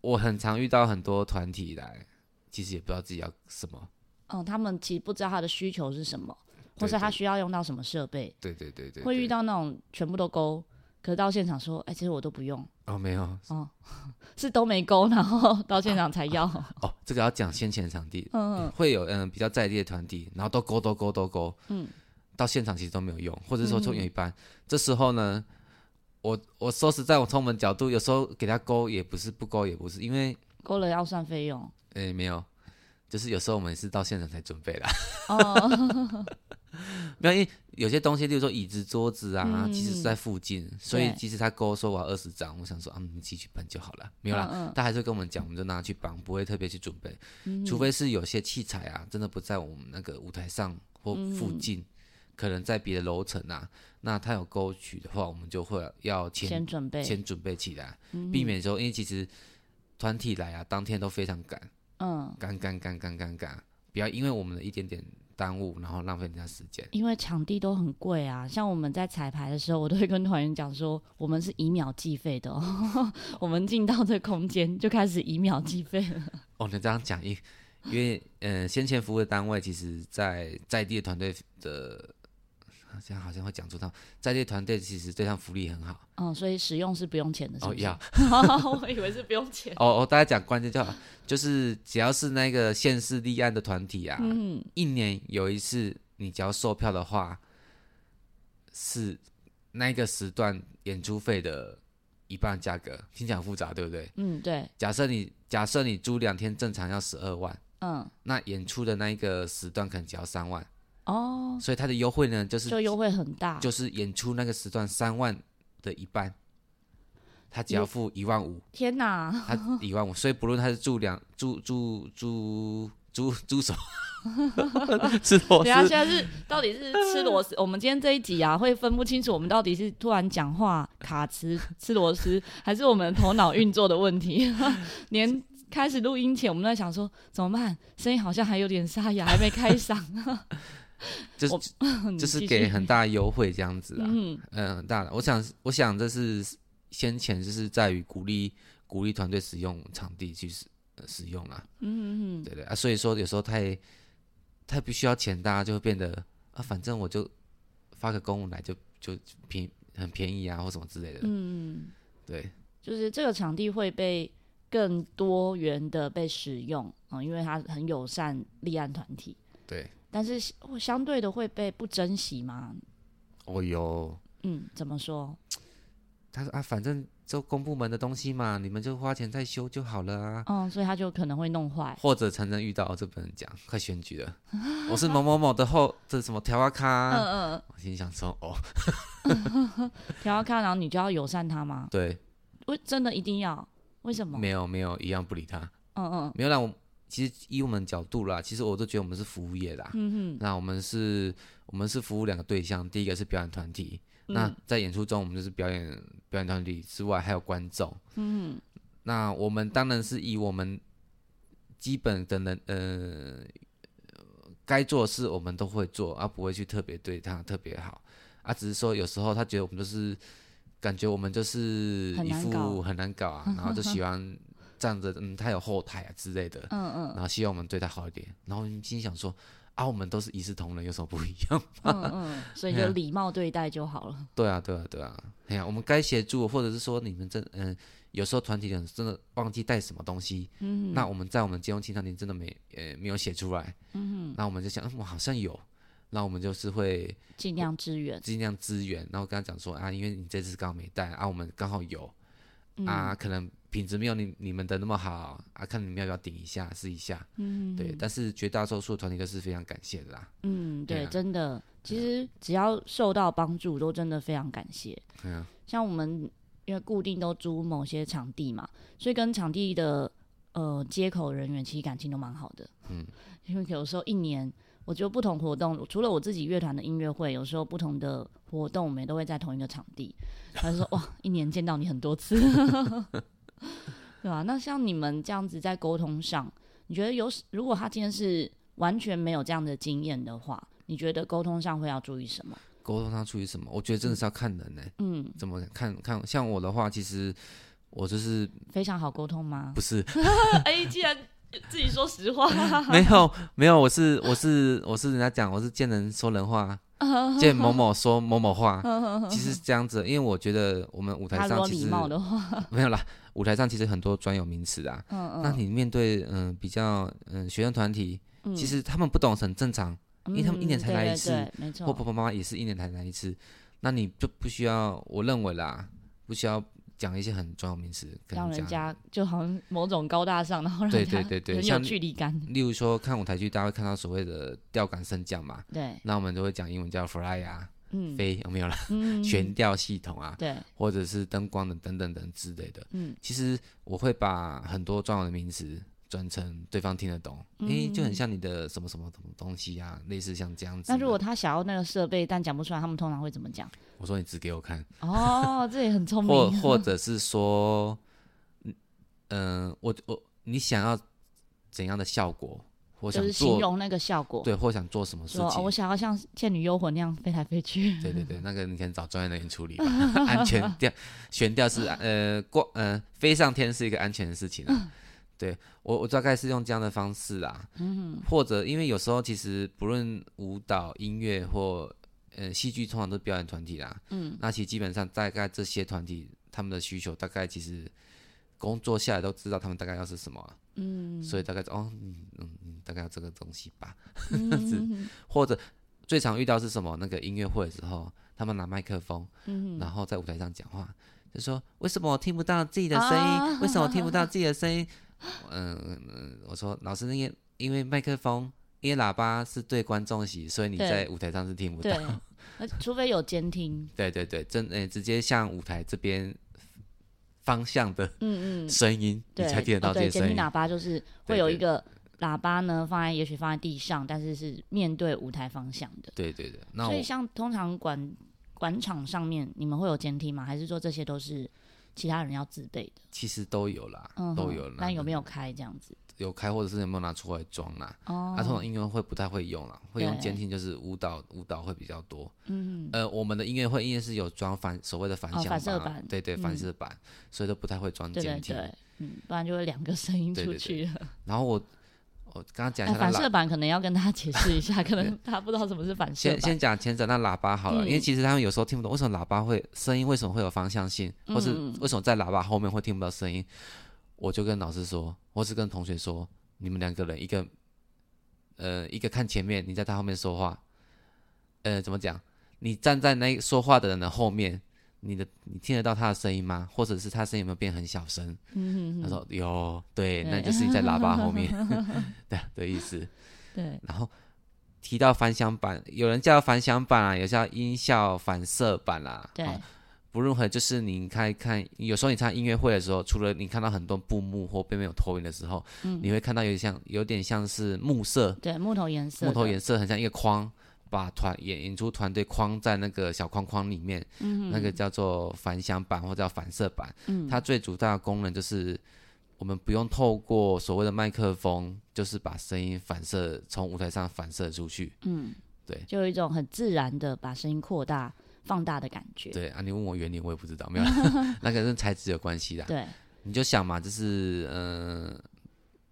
Speaker 2: 我很常遇到很多团体来，其实也不知道自己要什么。
Speaker 1: 嗯，他们其实不知道他的需求是什么，或
Speaker 2: 对
Speaker 1: 是他
Speaker 2: 对
Speaker 1: 需要用到什么设备，
Speaker 2: 对对对对，
Speaker 1: 会
Speaker 2: 对
Speaker 1: 遇到那种全部都勾，可是到现场说，哎，其实我都不用，
Speaker 2: 哦，没有
Speaker 1: 是都没勾，然后到现场才要。
Speaker 2: 哦，这个要讲先前场地，
Speaker 1: 嗯，
Speaker 2: 会有嗯比较在地的团体，然后都勾都勾都勾，
Speaker 1: 嗯，
Speaker 2: 到现场其实都没有用，或者说从
Speaker 1: 嗯
Speaker 2: 有一半，这时候呢，我我说实在，我从我们角度，有时候给他勾也不是，不勾也不是，因为
Speaker 1: 勾了要算费用。
Speaker 2: 诶没有，就是有时候我们是到现场才准备的，
Speaker 1: 哦，
Speaker 2: 没有，因为有些东西，例如说椅子、桌子啊，
Speaker 1: 嗯
Speaker 2: 其实是在附近，所以
Speaker 1: 对
Speaker 2: 其实他勾说我要二十张，我想说啊，你们自己去搬就好了，没有啦。
Speaker 1: 嗯，
Speaker 2: 他还是跟我们讲，我们就拿去搬，不会特别去准备。
Speaker 1: 嗯
Speaker 2: 除非是有些器材啊，真的不在我们那个舞台上或附
Speaker 1: 嗯
Speaker 2: 近，可能在别的楼层啊，那他有沟渠的话，我们就会要
Speaker 1: 先
Speaker 2: 前
Speaker 1: 准备，嗯
Speaker 2: 先准备起来，避免说，因为其实团体来啊，当天都非常赶，
Speaker 1: 嗯，
Speaker 2: 赶赶赶赶赶赶，不要因为我们的一点点耽误，然后浪费人家时间。
Speaker 1: 因为场地都很贵啊，像我们在彩排的时候，我都会跟团员讲说，我们是以秒计费的哦， 我们进到这空间就开始以秒计费了。
Speaker 2: 哦，你这样讲，因因为嗯、呃先前服务的单位，其实在在地的团队的，这样好像会讲出他在地团队其实对他们福利很好。
Speaker 1: 嗯，所以使用是不用钱的，是
Speaker 2: 哦，
Speaker 1: 不是
Speaker 2: 要。
Speaker 1: 我以为是不用钱。
Speaker 2: 哦哦，大家讲关键就好，就是只要是那个县市立案的团体 啊，
Speaker 1: 嗯，
Speaker 2: 一年有一次，你只要售票的话，是那个时段演出费的一半价格，听起来很复杂，对不对？
Speaker 1: 嗯，对，
Speaker 2: 假设你假设你租两天正常要十二万，
Speaker 1: 嗯，
Speaker 2: 那演出的那一个时段可能只要三万，
Speaker 1: 哦，
Speaker 2: 所以它的优惠呢就是
Speaker 1: 就优惠很大，
Speaker 2: 就是演出那个时段三万的一半，他只要付一万五。
Speaker 1: 天哪，
Speaker 2: 他一万五，所以不论他是住两住住住住住什么， 吃螺
Speaker 1: 等一下啊现
Speaker 2: 丝，
Speaker 1: 在是到底是吃螺丝？我们今天这一集啊，会分不清楚我们到底是突然讲话卡词 吃螺丝，还是我们头脑运作的问题。 连开始录音前，我们都在想说怎么办，声音好像还有点沙哑，还没开嗓。
Speaker 2: 就是
Speaker 1: 你
Speaker 2: 就
Speaker 1: 继
Speaker 2: 是
Speaker 1: 续
Speaker 2: 给很大的优惠这样子啊，
Speaker 1: 嗯
Speaker 2: 嗯，很大的。我想，我想这是先前就是在于鼓励鼓励团队使用场地去使、呃使用啦，
Speaker 1: 嗯嗯
Speaker 2: 对对啊，所以说有时候太太必须要钱，大家就会变得啊，反正我就发个公文来就就就便很便宜啊，或什么之类的，
Speaker 1: 嗯，
Speaker 2: 对
Speaker 1: 就是这个场地会被更多元的被使用啊、嗯因为它很友善立案团体，
Speaker 2: 对。
Speaker 1: 但是相对的会被不珍惜吗？
Speaker 2: 哦哟，
Speaker 1: 嗯，怎么说？
Speaker 2: 他说啊，反正就公部门的东西嘛，你们就花钱再修就好了啊。
Speaker 1: 嗯，所以他就可能会弄坏。
Speaker 2: 或者常常遇到，这不能讲，快选 举了。我是某某某的后，这什么条啊
Speaker 1: 嗯
Speaker 2: 咖，
Speaker 1: 嗯，
Speaker 2: 我心想说，哦，
Speaker 1: 调到看，然后你就要友善他吗？
Speaker 2: 对，
Speaker 1: 为真的一定要？为什么？
Speaker 2: 没有没有，一样不理他，
Speaker 1: 嗯嗯
Speaker 2: 没有让我。其实以我们角度啦，其实我都觉得我们是服务业啦。
Speaker 1: 嗯哼，
Speaker 2: 那我们是，我们是服务两个对象，第一个是表演团体，那
Speaker 1: 嗯
Speaker 2: 在演出中我们就是表演表演团体之外还有观众。
Speaker 1: 嗯
Speaker 2: 那我们当然是以我们基本的能呃该做的事我们都会做，而、不会去特别对他特别好啊。只是说有时候他觉得我们就是感觉我们就是
Speaker 1: 很
Speaker 2: 一
Speaker 1: 难搞
Speaker 2: 副很难搞啊，然后就喜欢站着嗯他有后台啊之类的，
Speaker 1: 嗯嗯
Speaker 2: 然后希望我们对他好一点。然后我们心想说啊，我们都是一视同仁，有什么不一样？
Speaker 1: 嗯嗯，所以 就礼貌对待就好了。
Speaker 2: 对啊，对啊，对啊，哎呀、我们该协助，或者是说你们真嗯、有时候团体人真的忘记带什么东西，嗯，那我们在我们金融青少年真的没呃没有写出来，嗯，那我们就想，嗯，我好像有，那我们就是会
Speaker 1: 尽量支援。
Speaker 2: 尽量支援，然后跟他讲说啊，因为你这次刚好没带啊，我们刚好有
Speaker 1: 嗯
Speaker 2: 啊，可能品质没有你你们的那么好啊，看你们要不要顶一下试一下，嗯，对，但是绝大多数团体都是非常感谢的啦，
Speaker 1: 嗯，
Speaker 2: 对
Speaker 1: 对，
Speaker 2: 啊
Speaker 1: 真的，其实只要受到帮助，都真的非常感谢。
Speaker 2: 对啊，
Speaker 1: 像我们因为固定都租某些场地嘛，所以跟场地的呃接口人员其实感情都蛮好的。
Speaker 2: 嗯，
Speaker 1: 因为有时候一年，我觉得不同活动，除了我自己乐团的音乐会，有时候不同的活动我们也都会在同一个场地。他就说哇，一年见到你很多次， 对吧、啊那像你们这样子在沟通上，你觉得有如果他今天是完全没有这样的经验的话，你觉得沟通上会要注意什么？
Speaker 2: 沟通上出于什么，我觉得真的是要看人呢、欸
Speaker 1: 嗯，
Speaker 2: 怎么看看？像我的话，其实我就是
Speaker 1: 非常好沟通吗？
Speaker 2: 不是
Speaker 1: 哎，既然自己说实话，
Speaker 2: 没有没有，我是我是我是人家讲我是见人说 人话，见某某说某某话，其实是这样子，因为我觉得我们舞
Speaker 1: 他
Speaker 2: 台
Speaker 1: 如
Speaker 2: 上
Speaker 1: 果
Speaker 2: 其
Speaker 1: 礼
Speaker 2: 实
Speaker 1: 貌的话，
Speaker 2: 没有啦，舞台上其实很多专有名词啊。
Speaker 1: 嗯
Speaker 2: 那
Speaker 1: 嗯，
Speaker 2: 你面对嗯、比较嗯、学生团体，
Speaker 1: 嗯
Speaker 2: 其实他们不懂是很正常，因为他们一年才
Speaker 1: 嗯
Speaker 2: 来一
Speaker 1: 对对
Speaker 2: 次
Speaker 1: 对没错，
Speaker 2: 或婆婆妈妈也是一年才来一次，那你就不需要，我认为啦，不需要讲一些很专有名词，可
Speaker 1: 让
Speaker 2: 能
Speaker 1: 人
Speaker 2: 讲
Speaker 1: 家就好像某种高大上，然后让
Speaker 2: 对
Speaker 1: 人家
Speaker 2: 对对对
Speaker 1: 很有
Speaker 2: 像
Speaker 1: 距离感。
Speaker 2: 例如说看舞台剧，大家会看到所谓的吊杆升降嘛，
Speaker 1: 对，
Speaker 2: 那我们就会讲英文叫 fly 啊，
Speaker 1: 嗯
Speaker 2: 飞有没有啦？
Speaker 1: 嗯，
Speaker 2: 悬吊系统啊，
Speaker 1: 对，
Speaker 2: 或者是灯光的等等等之类的。
Speaker 1: 嗯，
Speaker 2: 其实我会把很多专有的名词转成对方听得懂，
Speaker 1: 嗯
Speaker 2: 诶、就很像你的什么什么什么东西啊，类似像这样子的。
Speaker 1: 那如果他想要那个设备，但讲不出来，他们通常会怎么讲？
Speaker 2: 我说你指给我看，
Speaker 1: 哦，这也很聪
Speaker 2: 或
Speaker 1: 明。嗯
Speaker 2: 或者是说，嗯、呃我我你想要怎样的效果，或
Speaker 1: 就
Speaker 2: 想
Speaker 1: 是形
Speaker 2: 做
Speaker 1: 容那个效果，
Speaker 2: 对，或想做什么事
Speaker 1: 说
Speaker 2: 情
Speaker 1: 哦，我想要像《倩女幽魂》那样飞来飞去。
Speaker 2: 对对 对，那个你可能找专业人员处理吧。 安全掉，悬吊是呃过呃飞上天是一个安全的事情啊。对我我大概是用这样的方式啦，嗯，或者因为有时候其实不论舞蹈、音乐或呃戏剧，通常都是表演团体啦，嗯，那其实基本上大概这些团体他们的需求大概其实工作下来都知道他们大概要是什么啊、
Speaker 1: 嗯
Speaker 2: 所以大概哦嗯嗯嗯大概要这个东西吧，
Speaker 1: 嗯
Speaker 2: 或者最常遇到是什么？那个音乐会的时候，他们拿麦克风，
Speaker 1: 嗯
Speaker 2: 然后在舞台上讲话，就说为什么我听不到自己的声音？
Speaker 1: 啊
Speaker 2: 为什么我听不到自己的声音？ 嗯、嗯我说老师，那个因为麦克风，因为喇叭是对观众席，所以你
Speaker 1: 对
Speaker 2: 在舞台上是听不
Speaker 1: 对
Speaker 2: 到。，
Speaker 1: 那除非有监听。
Speaker 2: 对对对，真诶、直接向舞台这边方向的
Speaker 1: 嗯嗯，
Speaker 2: 声音，
Speaker 1: 对，
Speaker 2: 你才听得
Speaker 1: 哦
Speaker 2: 到这
Speaker 1: 对，
Speaker 2: 些
Speaker 1: 监
Speaker 2: 声
Speaker 1: 听
Speaker 2: 音。
Speaker 1: 喇叭就是会
Speaker 2: 对
Speaker 1: 有
Speaker 2: 对
Speaker 1: 一个喇叭呢，放在也许放在地上，但是是面对舞台方向的。
Speaker 2: 对对对，那
Speaker 1: 所
Speaker 2: 我
Speaker 1: 以像通常广广场上面，你们会有监听吗？还是说这些都是其他人要自备的？
Speaker 2: 其实都有啦，
Speaker 1: 嗯哼，
Speaker 2: 都有啦。
Speaker 1: 那有没有开这样子？
Speaker 2: 有开或者是有没有拿出来装啦、
Speaker 1: 哦，
Speaker 2: 啊，通常音乐会不太会用啦，会用
Speaker 1: 对
Speaker 2: 监听就是舞蹈舞蹈会比较多。
Speaker 1: 嗯，
Speaker 2: 呃，我们的音乐会因为是有装反所谓的反
Speaker 1: 哦
Speaker 2: 响板啊、
Speaker 1: 反射板
Speaker 2: 对对
Speaker 1: 嗯
Speaker 2: 反射板，所以都不太会装
Speaker 1: 对对
Speaker 2: 监听。
Speaker 1: 对，嗯，不然就会两个声音
Speaker 2: 对
Speaker 1: 出
Speaker 2: 对对
Speaker 1: 去了。
Speaker 2: 然后我我刚刚讲一
Speaker 1: 哎
Speaker 2: 下
Speaker 1: 反
Speaker 2: 它
Speaker 1: 射
Speaker 2: 喇，
Speaker 1: 板可能要跟大家解释一 下，可能他不知道什么是反射
Speaker 2: 先
Speaker 1: 板。
Speaker 2: 先讲前者那喇叭好了，
Speaker 1: 嗯
Speaker 2: 因为其实他们有时候听不懂为什么喇叭会声音为什么会有方向性，或是
Speaker 1: 嗯嗯
Speaker 2: 为什么在喇叭后面会听不到声音。我就跟老师说，或是跟同学说，你们两个人一个呃一个看前面，你在他后面说话，呃怎么讲？你站在那说话的人的后面，你的你听得到他的声音吗？或者是他声音有没有变很小声？
Speaker 1: 嗯嗯
Speaker 2: 他
Speaker 1: 嗯，
Speaker 2: 说有，对，
Speaker 1: 对
Speaker 2: 那就是你在喇叭 后面 的的意思。
Speaker 1: 对，
Speaker 2: 然后提到反响板，有人叫反响板啊，有叫音效反射板啦、啊。
Speaker 1: 对，
Speaker 2: 哦不论如何，就是你看看，有时候你唱音乐会的时候，除了你看到很多布幕或背面有投影的时候，你会看到有点像有点像是幕色，
Speaker 1: 对，木头颜色的，
Speaker 2: 木头颜色很像一个框，把团演演出团队框在那个小框框里面，那个叫做反响板或叫反射板。它最主要的功能就是我们不用透过所谓的麦克风，就是把声音反射从舞台上反射出去。
Speaker 1: 就有一种很自然的把声音扩大、放大的感觉。
Speaker 2: 对啊，你问我原理我也不知道，没有， 那个跟材质有关系的。
Speaker 1: 对，
Speaker 2: 你就想嘛，就是呃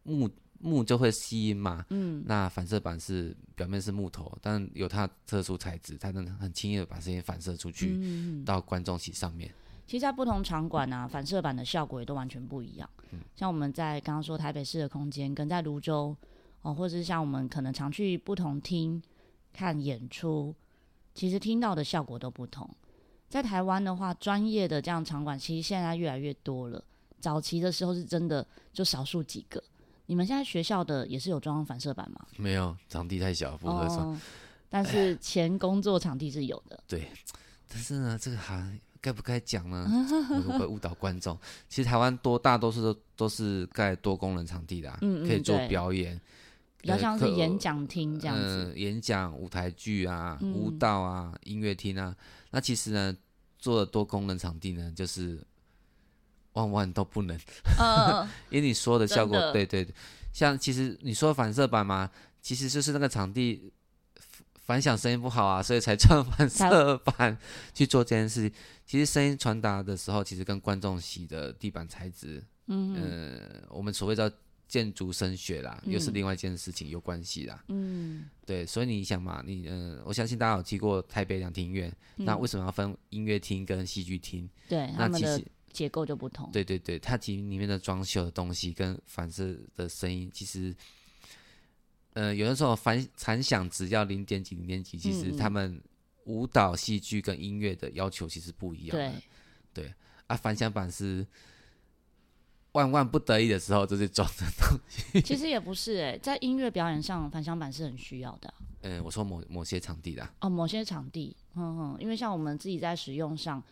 Speaker 2: 木木就会吸音嘛，嗯，那反射板是表面是木头，但有它特殊材质，它能很轻易的把声音反射出去、
Speaker 1: 嗯
Speaker 2: 到观众席上面。
Speaker 1: 其实，在不同场馆啊，反射板的效果也都完全不一样。
Speaker 2: 嗯
Speaker 1: 像我们在刚刚说台北市的空间，跟在泸州哦，或者是像我们可能常去不同厅看演出，其实听到的效果都不同。在台湾的话，专业的这样场馆其实现在越来越多了。早期的时候是真的就少数几个。你们现在学校的也是有装反射板吗？
Speaker 2: 没有，场地太小，不合算。，
Speaker 1: 哦但
Speaker 2: 哎
Speaker 1: 是前工作场地是有的。
Speaker 2: 但是呢，这个行该不该讲 呢？我会不会误导观众？其实台湾多大多数都都是盖多功能场地的、啊，
Speaker 1: 嗯嗯
Speaker 2: 可以做
Speaker 1: 对
Speaker 2: 表演，
Speaker 1: 比较
Speaker 2: 呃
Speaker 1: 像是
Speaker 2: 可
Speaker 1: 演讲厅这样子。嗯
Speaker 2: 呃、演讲、舞台剧啊、舞蹈啊、音乐厅啊。那其实呢，做的多功能场地呢，就是万万都不能，
Speaker 1: 嗯，
Speaker 2: 因为你说的效果
Speaker 1: 真，的
Speaker 2: 对对对，像其实你说反射板嘛，其实就是那个场地反反响声音不好啊，所以才叫反射板去做这件事情。其实声音传达的时候，其实跟观众席的地板材质， 嗯、我们所谓叫建筑声学啦，又是另外一件事情有关系啦。
Speaker 1: 嗯，
Speaker 2: 对，所以你想嘛，你嗯、我相信大家有听过台北两厅院，那为什么要分音乐厅跟戏剧厅？
Speaker 1: 嗯对，他
Speaker 2: 那
Speaker 1: 们
Speaker 2: 其
Speaker 1: 的
Speaker 2: 实
Speaker 1: 结构就不同。
Speaker 2: 对对对，它其实里面的装修的东西跟反射的声音，其实，呃，有的时候反残响值要零点几零点几，其实
Speaker 1: 嗯嗯
Speaker 2: 他们舞蹈、戏剧跟音乐的要求其实不一样的。
Speaker 1: 对，
Speaker 2: 啊，反响板是万万不得已的时候就是装的。
Speaker 1: 其实也不是哎、在音乐表演上，反响板是很需要的啊、
Speaker 2: 嗯、我说某某些场地啦，
Speaker 1: 哦。某些场地，嗯哼，因为像我们自己在使用上，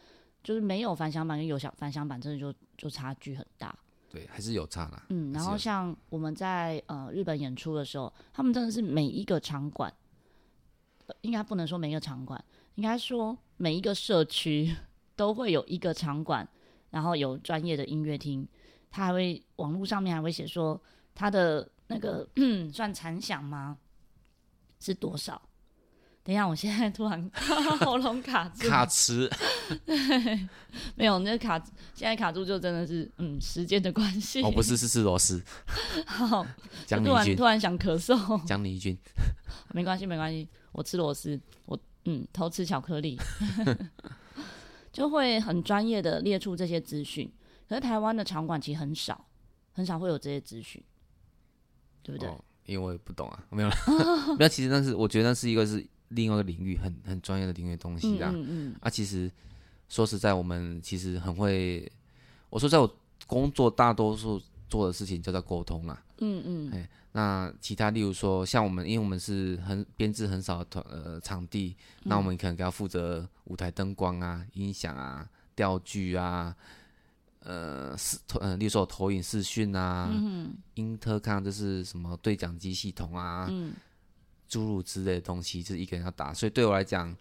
Speaker 1: 就是没有反响板跟有响反响板，真的就就差距很大。
Speaker 2: 对，还是有差啦。
Speaker 1: 嗯，然后
Speaker 2: 有
Speaker 1: 像我们在呃日本演出的时候，他们真的是每一个场馆，呃应该不能说每一个场馆，应该说每一个社区 都会有一个场馆，然后有专业的音乐厅，他还会网络上面还会写说他的那个 算残响吗？是多少？等一下，我现在突然 喉咙卡住，
Speaker 2: 卡池，
Speaker 1: 没有，那卡现在卡住就真的是嗯时间的关系。
Speaker 2: 哦，不是，是吃螺丝。
Speaker 1: 好，
Speaker 2: 江
Speaker 1: 突
Speaker 2: 丽
Speaker 1: 然
Speaker 2: 君
Speaker 1: 突，然想咳嗽。
Speaker 2: 江丽君，
Speaker 1: 啊没关系，没关系，我吃螺丝，我嗯偷吃巧克力， 就会很专业的列出这些资讯。可是台湾的场馆其实很少，很少会有这些资讯，对不对？
Speaker 2: 哦，因为我也不懂 啊，没有啦， 没有。其实那是我觉得那是一个是另外一个领域，很很专业的领域的东
Speaker 1: 嗯
Speaker 2: 西啦。
Speaker 1: 嗯嗯，
Speaker 2: 啊，其实说实在，我们其实很会，我说在我工作大多数做的事情叫做沟通啦。
Speaker 1: 嗯嗯，
Speaker 2: 哎，那其他例如说，像我们，因为我们是很编制很少的团呃场地，那我们可能要负责舞台灯光啊、音响啊、钓具啊，呃视呃，例如说有投影视讯啊，嗯、英特康就是什么对讲机系统啊，诸如之类的东西，就是一个人要打。所以对我来讲，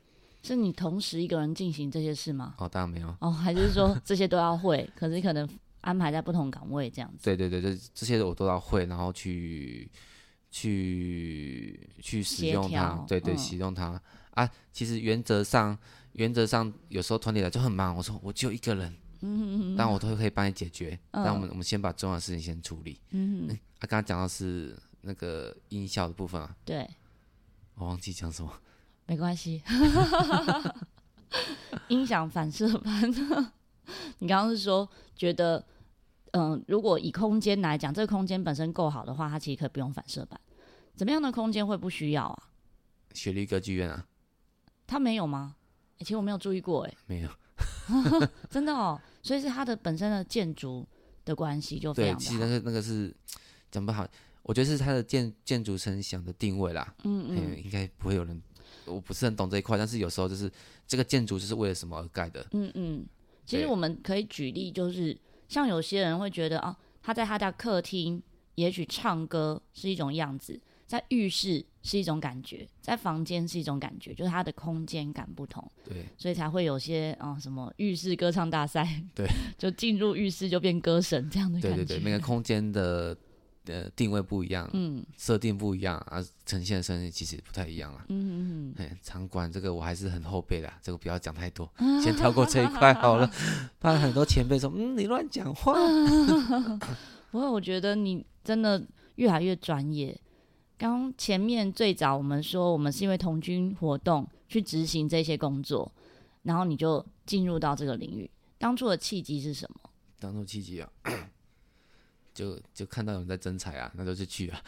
Speaker 1: 是你同时一个人进行这些事吗？
Speaker 2: 哦，当然没有，
Speaker 1: 哦，还是说这些都要会，可是可能安排在不同岗位这样子。
Speaker 2: 对对对，这这些我都要会，然后去去去使
Speaker 1: 协
Speaker 2: 用它
Speaker 1: 调，
Speaker 2: 对对，
Speaker 1: 嗯
Speaker 2: 使用它啊。其实原则上，原则上有时候团体来就很忙，我说我就一个人，嗯嗯嗯，但我都可以帮你解决。
Speaker 1: 嗯
Speaker 2: 但我们我们先把重要的事情先处理。
Speaker 1: 嗯哼，
Speaker 2: 啊，刚刚讲到是那个音效的部分啊，
Speaker 1: 对，
Speaker 2: 我忘记讲什么。
Speaker 1: 没关系。音响反射班， 你刚刚是说觉得，嗯、如果以空间来讲，这个空间本身够好的话，它其实可以不用反射板。怎么样的空间会不需要啊？
Speaker 2: 雪梨歌剧院啊，
Speaker 1: 它没有吗？欸其实我没有注意过、欸，
Speaker 2: 没有。
Speaker 1: 真的哦，所以是它的本身的建筑的关系就非
Speaker 2: 对，
Speaker 1: 常
Speaker 2: 其实
Speaker 1: 的
Speaker 2: 那
Speaker 1: 好。
Speaker 2: 个那个是讲不好，我觉得是它的建建筑声响的定位啦。
Speaker 1: 嗯嗯
Speaker 2: 嗯，应该不会有人，我不是很懂这一块，但是有时候就是这个建筑就是为了什么而盖的，
Speaker 1: 嗯嗯，其实
Speaker 2: 对
Speaker 1: 我们可以举例，就是像有些人会觉得啊，他在他的客厅，也许唱歌是一种样子，在浴室是一种感觉，在房间是一种感觉，就是它的空间感不同，
Speaker 2: 对
Speaker 1: 所以才会有些啊、什么浴室歌唱大赛，
Speaker 2: 对，
Speaker 1: 就进入浴室就变歌神这样的感
Speaker 2: 对
Speaker 1: 觉。
Speaker 2: 对对，每个空间的呃定位不一样，
Speaker 1: 嗯
Speaker 2: 设定不一样啊，呈现的声音其实不太一样啊。
Speaker 1: 嗯嗯嗯，
Speaker 2: 嘿，场馆这个我还是很后辈的，这个不要讲太 多，先跳过这一块好了，怕很多前辈说嗯你乱讲话。
Speaker 1: 不过我觉得你真的越来越专业。刚前面最早我们说，我们是因为童军活动去执行这些工作，然后你就进入到这个领域。当初的契机是什么？
Speaker 2: 当初契机啊， 就就看到有人在征才啊，那就去去啊，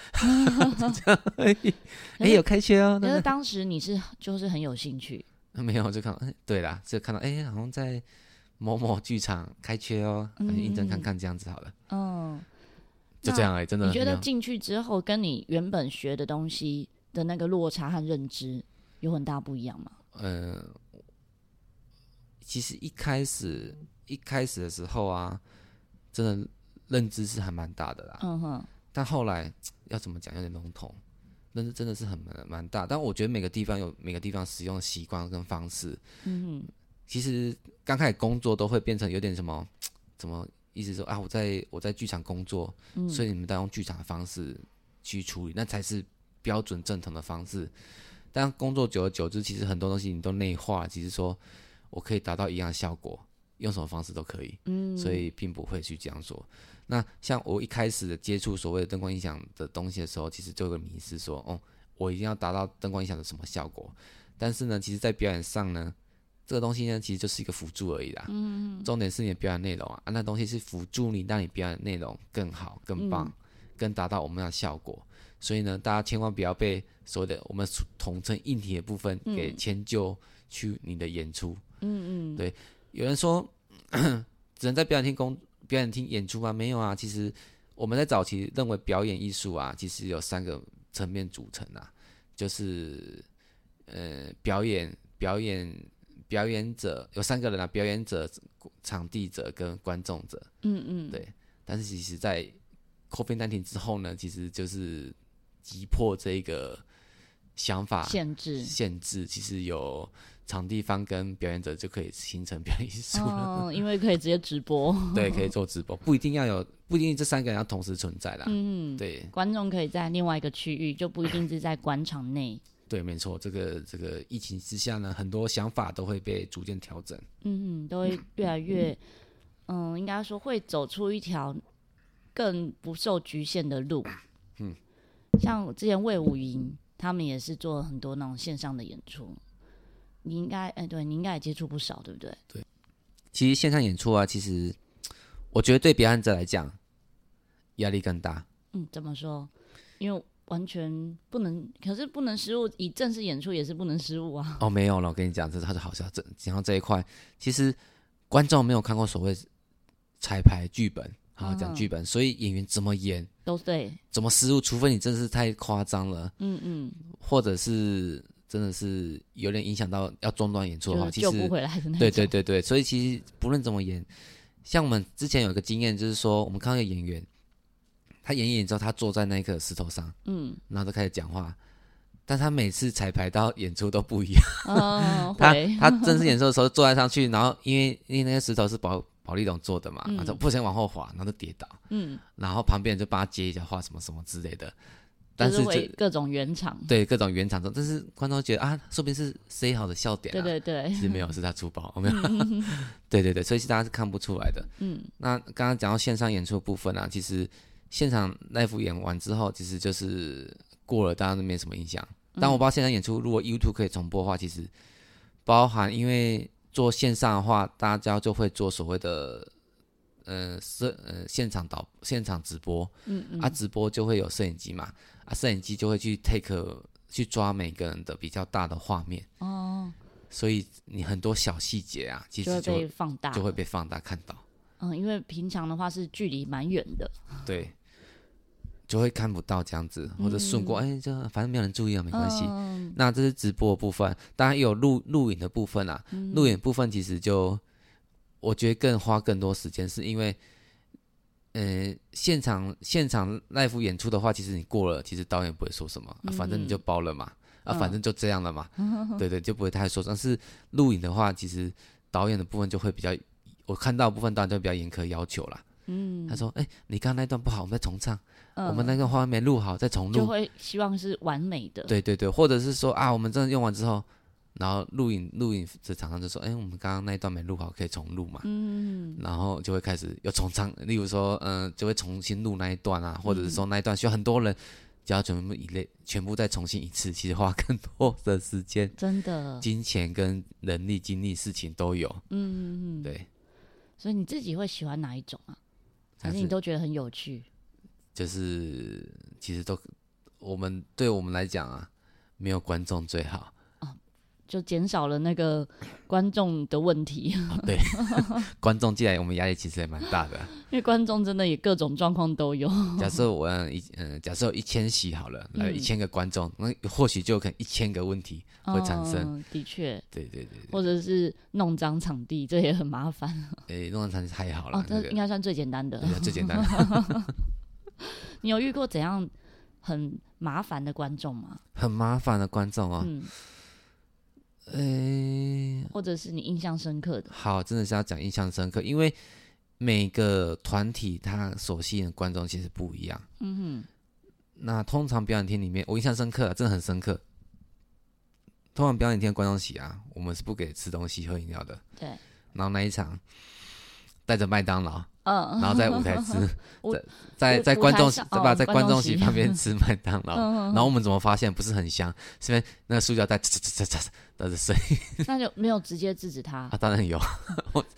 Speaker 2: 就这样而已。哎、有开学哦，
Speaker 1: 可
Speaker 2: 那
Speaker 1: 是当时你是就是很有兴趣，
Speaker 2: 那没有就看到，哎对啦，就看到哎、好像在某某剧场开缺哦，
Speaker 1: 嗯
Speaker 2: 哎应征看看这样子好了，
Speaker 1: 嗯，
Speaker 2: 就这样哎、真的
Speaker 1: 你觉得
Speaker 2: 没有
Speaker 1: 进去之后跟你原本学的东西的那个落差和认知有很大不一样吗？
Speaker 2: 呃，其实一开始一开始的时候啊，真的认知是还蛮大的啦，
Speaker 1: 嗯哼，
Speaker 2: 但后来要怎么讲有点笼统，但是真的是很蛮蛮大。但我觉得每个地方有每个地方使用的习惯跟方式。
Speaker 1: 嗯哼，
Speaker 2: 其实刚开始工作都会变成有点什么，怎么意思说啊？我在我在剧场工作，
Speaker 1: 嗯，
Speaker 2: 所以你们都要用剧场的方式去处理，那才是标准正统的方式。但工作久而久之，其实很多东西你都内化了，其实说我可以达到一样的效果，用什么方式都可以。
Speaker 1: 嗯，
Speaker 2: 所以并不会去这样做。那像我一开始的接触所谓的灯光音响的东西的时候，其实就有个迷失，说哦，我一定要达到灯光音响的什么效果。但是呢，其实在表演上呢，这个东西呢，其实就是一个辅助而已啦。嗯，重点是你的表演内容啊，啊那东西是辅助你，让你表演内容更好、更棒、
Speaker 1: 嗯
Speaker 2: 更达到我们要的效果。所以呢，大家千万不要被所谓的我们统称硬体的部分给
Speaker 1: 嗯
Speaker 2: 迁就去你的演出。
Speaker 1: 嗯嗯，
Speaker 2: 对有人说只能在表演厅工表演厅演出吗？没有啊，其实我们在早期认为表演艺术啊，其实有三个层面组成啊，就是呃表演表演表演者有三个人啊，表演者、场地者跟观众者。
Speaker 1: 嗯嗯，
Speaker 2: 对但是其实，在 COVID 1 9之后呢，其实就是击破这个想法
Speaker 1: 限 制，
Speaker 2: 限制，其实有场地方跟表演者就可以形成表演艺术了。
Speaker 1: 嗯，因为可以直接直播，
Speaker 2: 对，可以做直播，不一定要有，不一定这三个人要同时存在啦。
Speaker 1: 嗯，
Speaker 2: 对
Speaker 1: 观众可以在另外一个区域，就不一定是在广场内。
Speaker 2: 对，没错，这个这个疫情之下呢，很多想法都会被逐渐调整。
Speaker 1: 嗯，都会越来越，嗯，应该说会走出一条更不受局限的路。
Speaker 2: 嗯，
Speaker 1: 像之前魏武营他们也是做很多那种线上的演出，你应该，哎、对你应该也接触不少，对不对？
Speaker 2: 其实线上演出啊，其实我觉得对表演者来讲压力更大。
Speaker 1: 嗯，怎么说？因为完全不能，可是不能失误，以正式演出也是不能失误啊。
Speaker 2: 哦，没有了，我跟你讲，这是他的好笑。这讲到这一块，其实观众没有看过所谓彩排剧本，好讲
Speaker 1: 嗯
Speaker 2: 剧本，所以演员怎么演，
Speaker 1: 都对，
Speaker 2: 怎么失误，除非你真的是太夸张了，
Speaker 1: 嗯嗯，
Speaker 2: 或者是真的是有点影响到要中断演出的话，
Speaker 1: 就是
Speaker 2: 其
Speaker 1: 救不
Speaker 2: 实
Speaker 1: 回来的那种。
Speaker 2: 对对对对，所以其实不论怎么演，像我们之前有一个经验，就是说我们看到一个演员，他演一演之后，他坐在那个石头上，
Speaker 1: 嗯，
Speaker 2: 然后就开始讲话，但他每次彩排到演出都不一样。
Speaker 1: 嗯，
Speaker 2: 他
Speaker 1: 会，
Speaker 2: 他正式演出的时候坐在上去，然后因为因为那个石头是保保利龙做的嘛，
Speaker 1: 嗯
Speaker 2: 然后就不小心往后滑，然后就跌倒，
Speaker 1: 嗯，
Speaker 2: 然后旁边人就帮他接一下话什么什么之类的，但
Speaker 1: 就是是
Speaker 2: 就
Speaker 1: 会各种圆场，
Speaker 2: 对各种圆场中，但是观众觉得啊，说不定是 C 好的笑点、啊，
Speaker 1: 对对对
Speaker 2: 其，实没有，是他粗暴，我没有。 对对对，所以其实大家是看不出来的。
Speaker 1: 嗯，
Speaker 2: 那刚刚讲到线上演出的部分啊，其实现场 live 演完之后，其实就是过了，大家都没什么印象。但我不知道线上演出如果 YouTube 可以重播的话，其实包含因为做线上的话，大家就会做所谓的呃摄呃现场导现场直播，
Speaker 1: 嗯嗯
Speaker 2: 啊，直播就会有摄影机嘛，啊，摄影机就会去 take 去抓每个人的比较大的画面。
Speaker 1: 哦，
Speaker 2: 所以你很多小细节啊，其
Speaker 1: 就会
Speaker 2: 实就
Speaker 1: 被
Speaker 2: 会
Speaker 1: 放大，
Speaker 2: 就会被放大看到，
Speaker 1: 嗯，因为平常的话是距离蛮远的，
Speaker 2: 对，就会看不到这样子，或者顺过，哎、这反正没有人注意啊，没关系。
Speaker 1: 嗯
Speaker 2: 那这是直播的部分，当然也有录录影的部分啦、录影部分其实就我觉得更花更多时间，是因为。呃，现场现场 live 演出的话，其实你过了，其实导演不会说什么，啊反正你就包了嘛，啊，反正就这样了嘛，对对，就不会太说。但是录影的话，其实导演的部分就会比较，我看到的部分当然就比较严苛要求啦。嗯，他说，哎、你刚刚那段不好，我们再重唱，
Speaker 1: 嗯
Speaker 2: 我们那个画面没录好，再重录
Speaker 1: 就，会希望是完美的，
Speaker 2: 对对对，或者是说啊，我们真的用完之后，然后录影录影这厂商就说，哎、我们刚刚那一段没录好，可以重录嘛。嗯。然后就会开始又重唱，例如说，嗯、就会重新录那一段啊，或者是说那一段需要很多人，只要全部一类全部再重新一次，其实花更多的时间、
Speaker 1: 真的，
Speaker 2: 金钱跟人力、精力事情都有。
Speaker 1: 嗯嗯嗯，
Speaker 2: 对，
Speaker 1: 所以你自己会喜欢哪一种啊？还
Speaker 2: 但
Speaker 1: 是
Speaker 2: 是
Speaker 1: 你都觉得很有趣？
Speaker 2: 就是其实都我们对我们来讲啊，没有观众最好。
Speaker 1: 就减少了那个观众的问题， 因
Speaker 2: 啊对，观众进来，我们压力其实也蛮大的。
Speaker 1: 为观众真的也各种状况都有。
Speaker 2: 假设我嗯一嗯，假设有一千席好了，
Speaker 1: 嗯
Speaker 2: 来一千个观众，那或许就有可能一千个问题会产生。
Speaker 1: 嗯、的确，
Speaker 2: 对对对，
Speaker 1: 或者是弄脏场地，这也很麻烦。
Speaker 2: 诶，弄上太好
Speaker 1: 哦
Speaker 2: 了，，
Speaker 1: 这
Speaker 2: 那个
Speaker 1: 应该算最简单的
Speaker 2: 对。 啊最简单的，
Speaker 1: 你有遇过怎样很麻烦的观众吗？
Speaker 2: 很麻烦的观众哦。
Speaker 1: 嗯，
Speaker 2: 诶，
Speaker 1: 或者是你印象深刻的？
Speaker 2: 好，真的是要讲印象深刻，因为每个团体他所吸引的观众其实不一样。
Speaker 1: 嗯
Speaker 2: 那通常表演厅里面，我印象深刻、啊，真的很深刻。通常表演厅的观众席啊，我们是不给吃东西、喝饮料的。
Speaker 1: 对。
Speaker 2: 然后那一场，带着麦当劳，
Speaker 1: 哼，
Speaker 2: 然后在 舞台吃
Speaker 1: 舞，
Speaker 2: 在在
Speaker 1: 舞
Speaker 2: 在
Speaker 1: 舞
Speaker 2: 观
Speaker 1: 台
Speaker 2: 众席
Speaker 1: 上，
Speaker 2: 对
Speaker 1: 哦
Speaker 2: 吧？在
Speaker 1: 观
Speaker 2: 观
Speaker 1: 众
Speaker 2: 众
Speaker 1: 席
Speaker 2: 席旁边吃麦当劳。
Speaker 1: 嗯
Speaker 2: 然后我们怎么发现不是很香？是因为那个塑胶袋嚓嚓嚓嚓嚓的声音
Speaker 1: 嗯，那就没有直接制止他
Speaker 2: 啊，，当然有，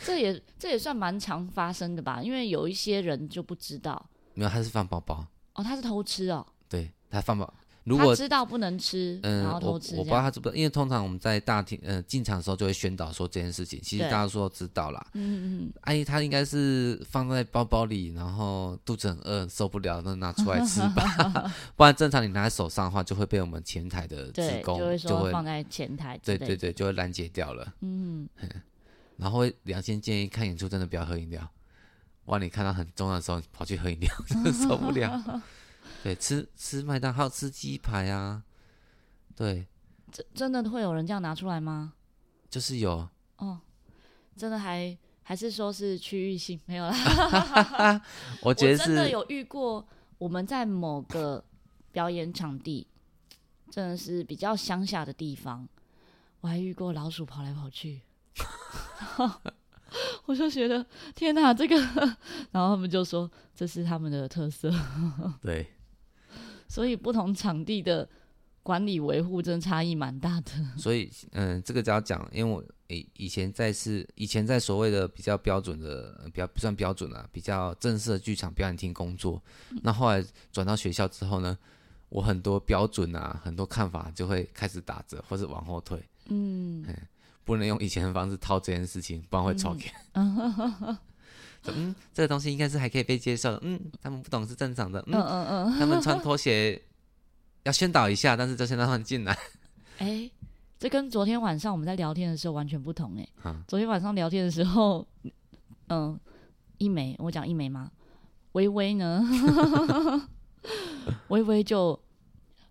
Speaker 1: 这也这也算蛮常发生的吧？因为有一些人就不知道
Speaker 2: 没有，他是放包包，
Speaker 1: 哦，他是偷吃哦，
Speaker 2: 对他放包。如果
Speaker 1: 他知道不能吃，
Speaker 2: 嗯，
Speaker 1: 然后
Speaker 2: 我
Speaker 1: 偷
Speaker 2: 我不
Speaker 1: 吃
Speaker 2: 知
Speaker 1: 这
Speaker 2: 道
Speaker 1: 样。
Speaker 2: 他知不知道，因为通常我们在大厅呃进场的时候就会宣导说这件事情，其实
Speaker 1: 对
Speaker 2: 大家说知道啦。
Speaker 1: 嗯嗯嗯，
Speaker 2: 阿姨她应该是放在包包里，然后肚子很饿受不了，那拿出来吃吧。不然正常你拿在手上的话，就会被我们前台的职
Speaker 1: 对，就
Speaker 2: 工
Speaker 1: 会
Speaker 2: 就
Speaker 1: 说
Speaker 2: 会
Speaker 1: 放在前台之
Speaker 2: 对
Speaker 1: 类的。
Speaker 2: 对对就会拦截掉了。
Speaker 1: 嗯，
Speaker 2: 然后会良心建议，看演出真的不要喝饮料。哇，你看到很重要的时候跑去喝饮料，真的受 不了。对，吃吃麦当劳，吃鸡排啊，对，
Speaker 1: 真真的会有人这样拿出来吗？
Speaker 2: 就是有。
Speaker 1: 哦，真的还还是说是区域性没有啦。
Speaker 2: 我
Speaker 1: 我
Speaker 2: 觉得
Speaker 1: 真的
Speaker 2: 是
Speaker 1: 有遇过，我们在某个表演场地，真的是比较乡下的地方，我还遇过老鼠跑来跑去， 然后我就觉得天哪，这个， 然后他们就说这是他们的特色，
Speaker 2: 对，
Speaker 1: 所以不同场地的管理维护真的差异蛮大的。
Speaker 2: 所以嗯，这个就要讲，因为我以以前在是以前在所谓的比较标准的，呃比较不算标准啊，比较正式的剧场表演厅工作。那后来转到学校之后呢，我很多标准啊，很多看法就会开始打折或者往后退，
Speaker 1: 嗯，
Speaker 2: 不能用以前的方式套这件事情，不然会吵架。就嗯，这个东西应该是还可以被接受的。嗯，他们不懂是正常的。
Speaker 1: 嗯
Speaker 2: 嗯，
Speaker 1: 嗯嗯，
Speaker 2: 他们穿拖鞋要宣导一下，但是就先让他们进来。
Speaker 1: 哎、这跟昨天晚上我们在聊天的时候完全不同哎、
Speaker 2: 啊
Speaker 1: 昨天晚上聊天的时候， 嗯，一梅，我讲一 梅吗？微微呢？微微就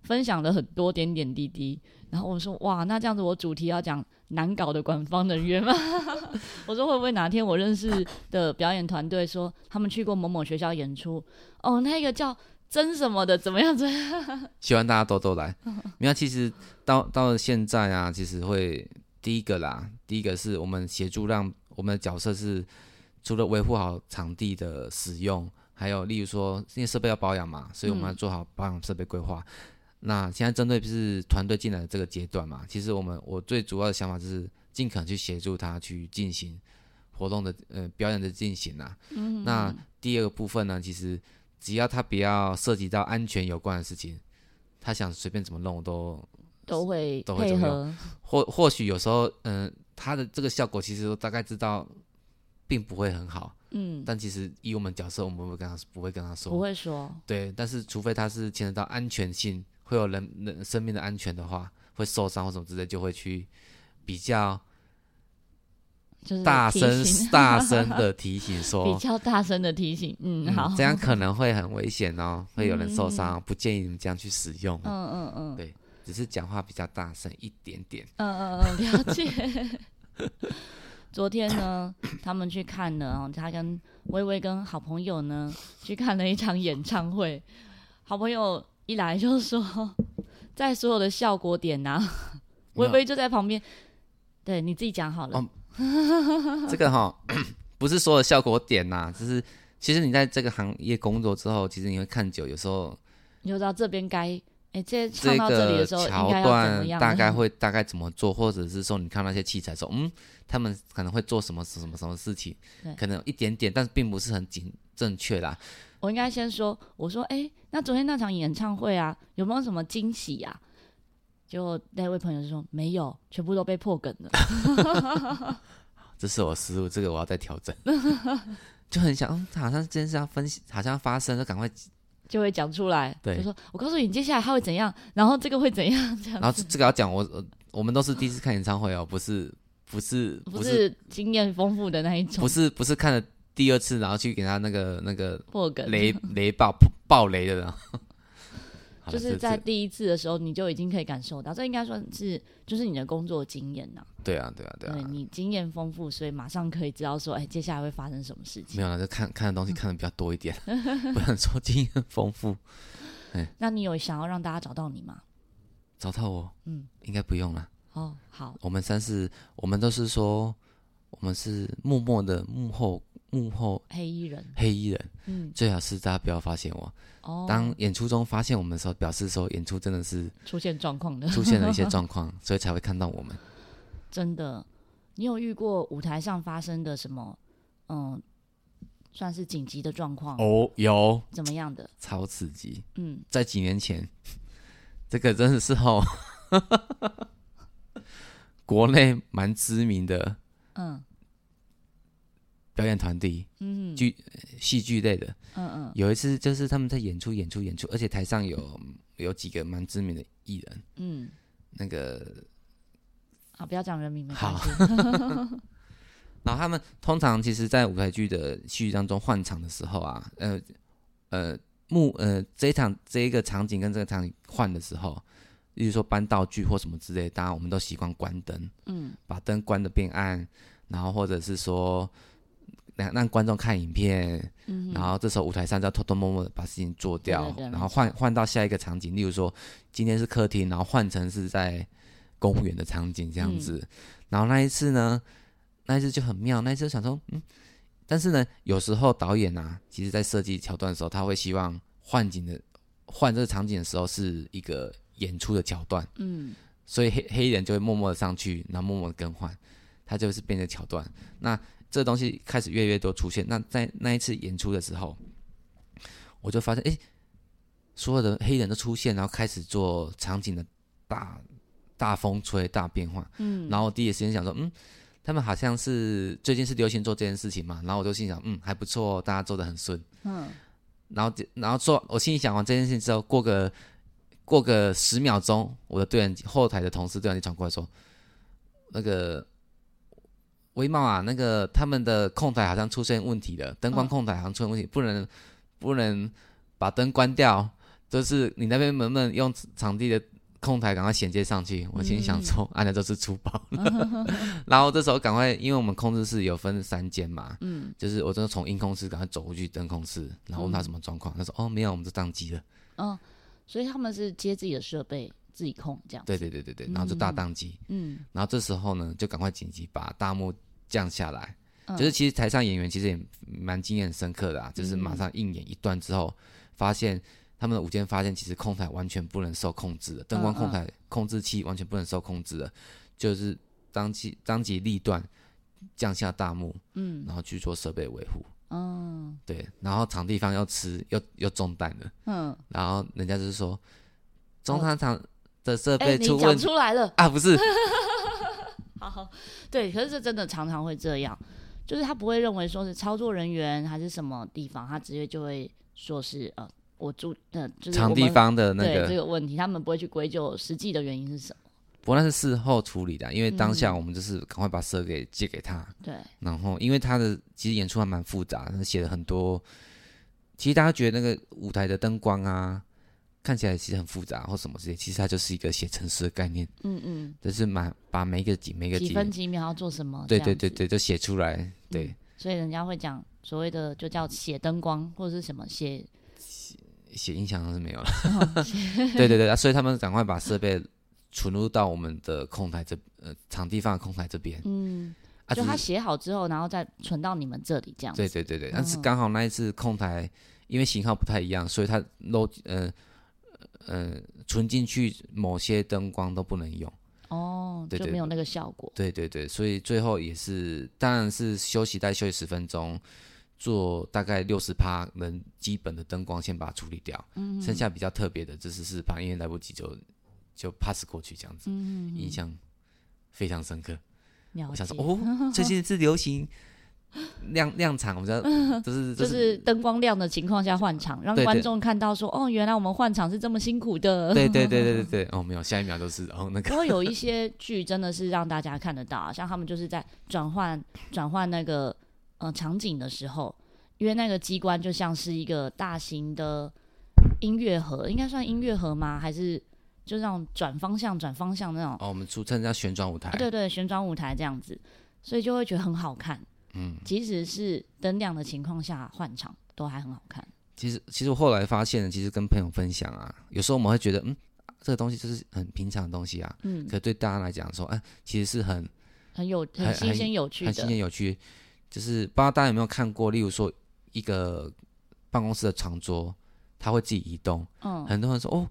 Speaker 1: 分享了很多点点滴滴。然后我说哇，那这样子我主题要讲难搞的管方人员吗？ 我说会不会哪天我认识的表演团队说他们去过某某学校演出，哦，那个叫真什么的怎么样怎么 样？
Speaker 2: 希望大家都都来。你看，其实到到了现在啊，其实会第一个啦，第一个是我们协助让我们的角色是除了维护好场地的使用，还有例如说因为设备要保养嘛，所以我们要做好保养设备规划。那现在针对是团队进来的这个阶段嘛，其实我们我最主要的想法就是尽可能去协助他去进行活动的呃表演的进行啊。嗯、那第二个部分呢，其实只要他不要涉及到安全有关的事情，他想随便怎么弄我都
Speaker 1: 都会
Speaker 2: 都会
Speaker 1: 配
Speaker 2: 怎么
Speaker 1: 合，
Speaker 2: 或或许有时候，嗯、他的这个效果其实我大概知道，并不会很好。
Speaker 1: 嗯，
Speaker 2: 但其实以我们角色，我们不会跟他不会跟他说，
Speaker 1: 不会说，
Speaker 2: 对。但是除非他是牵扯到安全性，会有人人生命的安全的话，会受伤或什么之类，就会去比较
Speaker 1: 就是
Speaker 2: 大
Speaker 1: 嗯提
Speaker 2: 声
Speaker 1: 醒
Speaker 2: 大声的提醒
Speaker 1: 比
Speaker 2: 说，
Speaker 1: 较大声的提醒，嗯，好，
Speaker 2: 这样可能会很危险哦，会有人受伤哦，不建议你们这样去使用哦。
Speaker 1: 嗯嗯嗯，
Speaker 2: 对只是讲话比较大声一点点，
Speaker 1: 嗯嗯嗯，了解。 昨天呢，他们去看了哦，他跟微微跟好朋友呢去看了一场演唱会。好朋友一来就说，在所有的效果点呐、啊，微微就在旁边。对，你自己讲好了。
Speaker 2: 哦 这个哈、 不是所有效果点呐、就是其实你在这个行业工作之后，其实你会看久，有时候
Speaker 1: 你就知道这边该，哎、这唱
Speaker 2: 这
Speaker 1: 到这里
Speaker 2: 个
Speaker 1: 的时候应
Speaker 2: 桥
Speaker 1: 该要怎么
Speaker 2: 段
Speaker 1: 样？
Speaker 2: 大概会大概怎么做，或者是说你看那些器材说，嗯，他们可能会做什么什么什么事情
Speaker 1: 对，
Speaker 2: 可能有一点点，但是并不是很紧正确啦。
Speaker 1: 我应该先说，我说，哎、那昨天那场演唱会啊，有没有什么惊喜啊？结果那位朋友就说没有，全部都被破梗了。
Speaker 2: 这是我失误，这个我要再调 整。就很想，嗯，好像这件事要分析，好像要发生，就赶快。
Speaker 1: 就会讲出来，
Speaker 2: 对
Speaker 1: 就说我告诉你接下来他会怎样，然后这个会怎样，这样
Speaker 2: 然后这这个要讲，我我我们都是第一次看演唱会哦，不是不是
Speaker 1: 不
Speaker 2: 不是
Speaker 1: 是经验丰富的那一种
Speaker 2: 不是不是看了第二次，然后去给他那个那个
Speaker 1: 破梗，
Speaker 2: 雷雷爆爆雷的，然后好了
Speaker 1: 就是
Speaker 2: 这
Speaker 1: 在
Speaker 2: 这
Speaker 1: 第一次的时候你就已经可以感受到，这应该算是就是你的工作经验呐、
Speaker 2: 对啊对啊对啊，
Speaker 1: 你经验丰富，所以马上可以知道说，哎，接下来会发生什么事情
Speaker 2: 没。有了，就看看
Speaker 1: 嗯
Speaker 2: 的东西看的比较 多一点，不能说经验丰富。
Speaker 1: 那你有想要让大家找到你吗？
Speaker 2: 找到我，
Speaker 1: 嗯，
Speaker 2: 应该不用了。
Speaker 1: 哦，好，
Speaker 2: 我们三是，我们都是说，我们是默默的幕后幕后
Speaker 1: 黑衣人，
Speaker 2: 黑衣人，
Speaker 1: 嗯，
Speaker 2: 最好是大家不要发现我。
Speaker 1: 哦，
Speaker 2: 当演出中发现我们的时候，表示说演出真的是
Speaker 1: 出现状况的，
Speaker 2: 出现了一些状况，所以才会看到我们。
Speaker 1: 真的，你有遇过舞台上发生的什么，嗯，算是紧急的状况，
Speaker 2: 哦，有
Speaker 1: 怎么样的？
Speaker 2: 超刺激。
Speaker 1: 嗯，
Speaker 2: 在几年前，这个真的是哦，国内蛮知名的
Speaker 1: 嗯
Speaker 2: 表演团体，嗯，剧戏剧类的。
Speaker 1: 嗯嗯，
Speaker 2: 有一次就是他们在演出演出演出，而且台上有有几个蛮知名的艺人，
Speaker 1: 嗯，
Speaker 2: 那个
Speaker 1: 好，不要讲人名，没
Speaker 2: 好
Speaker 1: 关系。
Speaker 2: 然后他们通常其实，在舞台剧的戏剧当中换场的时候啊，呃呃幕呃这一场这一个场景跟这个场景换的时候，例如说搬道具或什么之类，当然我们都习惯关灯，
Speaker 1: 嗯，
Speaker 2: 把灯关的变暗，然后或者是说让让观众看影片，
Speaker 1: 嗯哼，
Speaker 2: 然后这时候舞台上就要偷偷摸摸的把事情做掉，
Speaker 1: 对对对
Speaker 2: 然后换换到下一个场景，例如说今天是客厅，然后换成是在公务员的场景这样
Speaker 1: 嗯
Speaker 2: 子。然后那一次呢，那一次就很妙，那一次就想说，嗯，但是呢，有时候导演啊，其实在设计桥段的时候，他会希望换景的换这个场景的时候是一个演出的桥段，
Speaker 1: 嗯，
Speaker 2: 所以黑黑人就会默默的上去，然后默默的更换，它就是变成桥段。那这东西开始越来越多出现。那在那一次演出的时候，我就发现，哎、所有的黑人都出现，然后开始做场景的大大风吹、大变化。嗯，然后我第一时间想说，嗯，他们好像是最近是流行做这件事情嘛，然后我就心想，嗯，还不错、哦，大家做的很顺。
Speaker 1: 嗯，
Speaker 2: 然后就然后做，我心里想完这件事情之后，过个过个十秒钟，我的队员后台的同事队员就传过来说，那个威茂啊，那个他们的控台好像出现问题了，灯光控台好像出现问题，不能不能把灯关掉，就是你那边能不能用场地的空台赶快衔接上去？我心想说，
Speaker 1: 嗯
Speaker 2: 按的都是粗 暴，然后这时候赶快，因为我们控制室有分三间嘛，
Speaker 1: 嗯，
Speaker 2: 就是我真的从音控室赶快走过去灯控室，然后问他
Speaker 1: 嗯
Speaker 2: 什么状况，他说哦没有，我们就宕机了。
Speaker 1: 哦，所以他们是接自己的设备自己控这样子。
Speaker 2: 对对对对对，然后就大宕机，
Speaker 1: 嗯，
Speaker 2: 然后这时候呢就赶快紧急把大幕降下来。
Speaker 1: 嗯
Speaker 2: 就是其实台上演员其实也蛮经验深刻的啊，就是马
Speaker 1: 嗯
Speaker 2: 上应演一段之后，发现他们的舞间发现其实控台完全不能受控制的，灯光控
Speaker 1: 嗯
Speaker 2: 台控制器完全不能受控制的，就是当机当机立断降下大幕，
Speaker 1: 嗯
Speaker 2: 然后去做设备维护，
Speaker 1: 嗯
Speaker 2: 对，然后场地方要吃又又中弹了，
Speaker 1: 嗯，
Speaker 2: 然后人家就是说中
Speaker 1: 哦
Speaker 2: 山场的设
Speaker 1: 哎，
Speaker 2: 备
Speaker 1: 你
Speaker 2: 出问
Speaker 1: 讲
Speaker 2: 题、
Speaker 1: 出来了，
Speaker 2: 啊，不是，
Speaker 1: 好，对，可是这真的常常会这样，就是他不会认为说是操作人员还是什么地方，他直接就会说是呃，我住呃，就是
Speaker 2: 场
Speaker 1: 我
Speaker 2: 地
Speaker 1: 们
Speaker 2: 方的那
Speaker 1: 对
Speaker 2: 个
Speaker 1: 这个问题，他们不会去归咎实际的原因是什么。
Speaker 2: 不过那是事后处理的，啊因为
Speaker 1: 嗯
Speaker 2: 当下我们就是赶快把设备借给他，
Speaker 1: 对，
Speaker 2: 然后因为他的其实演出还蛮复杂，他写了很多。其实大家觉得那个舞台的灯光啊，看起来其实很复杂或什么之类，其实它就是一个写程式的概念，
Speaker 1: 嗯嗯，
Speaker 2: 就是蛮把每一个景每一个
Speaker 1: 几
Speaker 2: 景，
Speaker 1: 分几秒要做什么？
Speaker 2: 对
Speaker 1: 这样
Speaker 2: 对对
Speaker 1: 子，嗯
Speaker 2: 对，就写出来，对，
Speaker 1: 所以人家会讲所谓的就叫写灯光或者是什么写
Speaker 2: 写音响是没有了，
Speaker 1: 哦
Speaker 2: 对对对，啊所以他们赶快把设备存入到我们的控台这呃场地放的控台这边，
Speaker 1: 嗯，
Speaker 2: 啊，
Speaker 1: 就
Speaker 2: 只
Speaker 1: 他
Speaker 2: 是
Speaker 1: 写好之后，然后再存到你们这里这样子。
Speaker 2: 对对对对，但是
Speaker 1: 嗯
Speaker 2: 刚好那一次控台，因为型号不太一样，所以它漏呃呃存进去某些灯光都不能用。
Speaker 1: 哦，
Speaker 2: 对
Speaker 1: 就
Speaker 2: 对
Speaker 1: 没有那个效果。
Speaker 2: 对对对，所以最后也是，当然是休息带休息十分钟，做大概六十趴能基本的灯光先把它处理掉，嗯、剩下比较特别的这十四趴，因为来不及就就 pass 过去这样子，
Speaker 1: 嗯，
Speaker 2: 印象非常深刻。
Speaker 1: 了
Speaker 2: 我
Speaker 1: 解
Speaker 2: 想。说，哦，最近是流行量量产，我们知道，就是
Speaker 1: 就
Speaker 2: 就是
Speaker 1: 是灯光亮的情况下换场，让
Speaker 2: 对对
Speaker 1: 观众看到说，哦，原来我们换场是这么辛苦 的。
Speaker 2: 对对对对对对，哦，没有，下一秒都是哦那
Speaker 1: 不
Speaker 2: 个，
Speaker 1: 过有一些剧真的是让大家看得到、啊，像他们就是在转换转换那个呃场景的时候，因为那个机关就像是一个大型的音乐盒，应该算音乐盒吗？还是就那种转方向转方向那种？
Speaker 2: 哦，我们出称叫旋转舞台，
Speaker 1: 啊、对对，旋转舞台这样子，所以就会觉得很好看。
Speaker 2: 嗯，
Speaker 1: 即使是灯亮的情况下换场，都还很好看。
Speaker 2: 其实其实我后来发现，其实跟朋友分享啊，有时候我们会觉得，嗯，这个东西就是很平常的东西啊，
Speaker 1: 嗯，
Speaker 2: 可对大家来讲说，哎、其实是很
Speaker 1: 很有很
Speaker 2: 很
Speaker 1: 新鲜有趣
Speaker 2: 很新
Speaker 1: 的。
Speaker 2: 鲜有趣，就是不知道大家有没有看过，例如说一个办公室的长桌，它会自己移动，
Speaker 1: 嗯，
Speaker 2: 很多人说哦。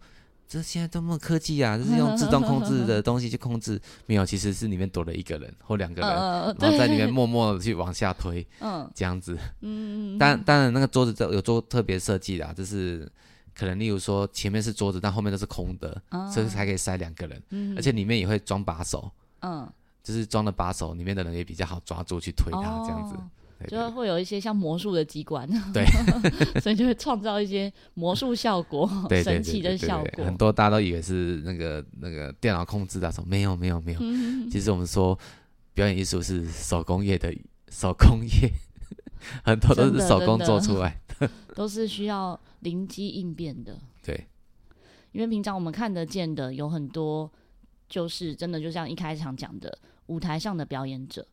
Speaker 2: 这现在多么科技啊！这是用自动控 制的东西去控制，没有，其实是里面躲了一个人或两个人，
Speaker 1: 呃，
Speaker 2: 然后在里
Speaker 1: 对，
Speaker 2: 面默默的去往下推，
Speaker 1: 嗯
Speaker 2: 这样子。
Speaker 1: 嗯，
Speaker 2: 当当然，那个桌子都有做特别设计的、啊，就是可能例如说前面是桌子，但后面都是空的，
Speaker 1: 啊
Speaker 2: 所以才可以塞两个人，
Speaker 1: 嗯
Speaker 2: 而且里面也会装把手，
Speaker 1: 嗯，
Speaker 2: 就是装了把手，里面的人也比较好抓住去推它，这样子。
Speaker 1: 哦
Speaker 2: 对对
Speaker 1: 就会有一些像魔术的机关，
Speaker 2: 对，
Speaker 1: 所以就会创造一些魔术效果、
Speaker 2: 对对
Speaker 1: 神
Speaker 2: 对
Speaker 1: 奇
Speaker 2: 对
Speaker 1: 的
Speaker 2: 对对
Speaker 1: 效
Speaker 2: 对
Speaker 1: 果
Speaker 2: 很。多大家都以为是那个那个电脑控制的啊，说没有没有没 有，其实我们说表演艺术是手工业的手工业， 很多都
Speaker 1: 真的
Speaker 2: 是手工
Speaker 1: 真的
Speaker 2: 做出来，
Speaker 1: 都是需要灵机应变的，
Speaker 2: 对。
Speaker 1: 因为平常我们看得见的有很多，就是真的就像一开场讲的，舞台上的表演者，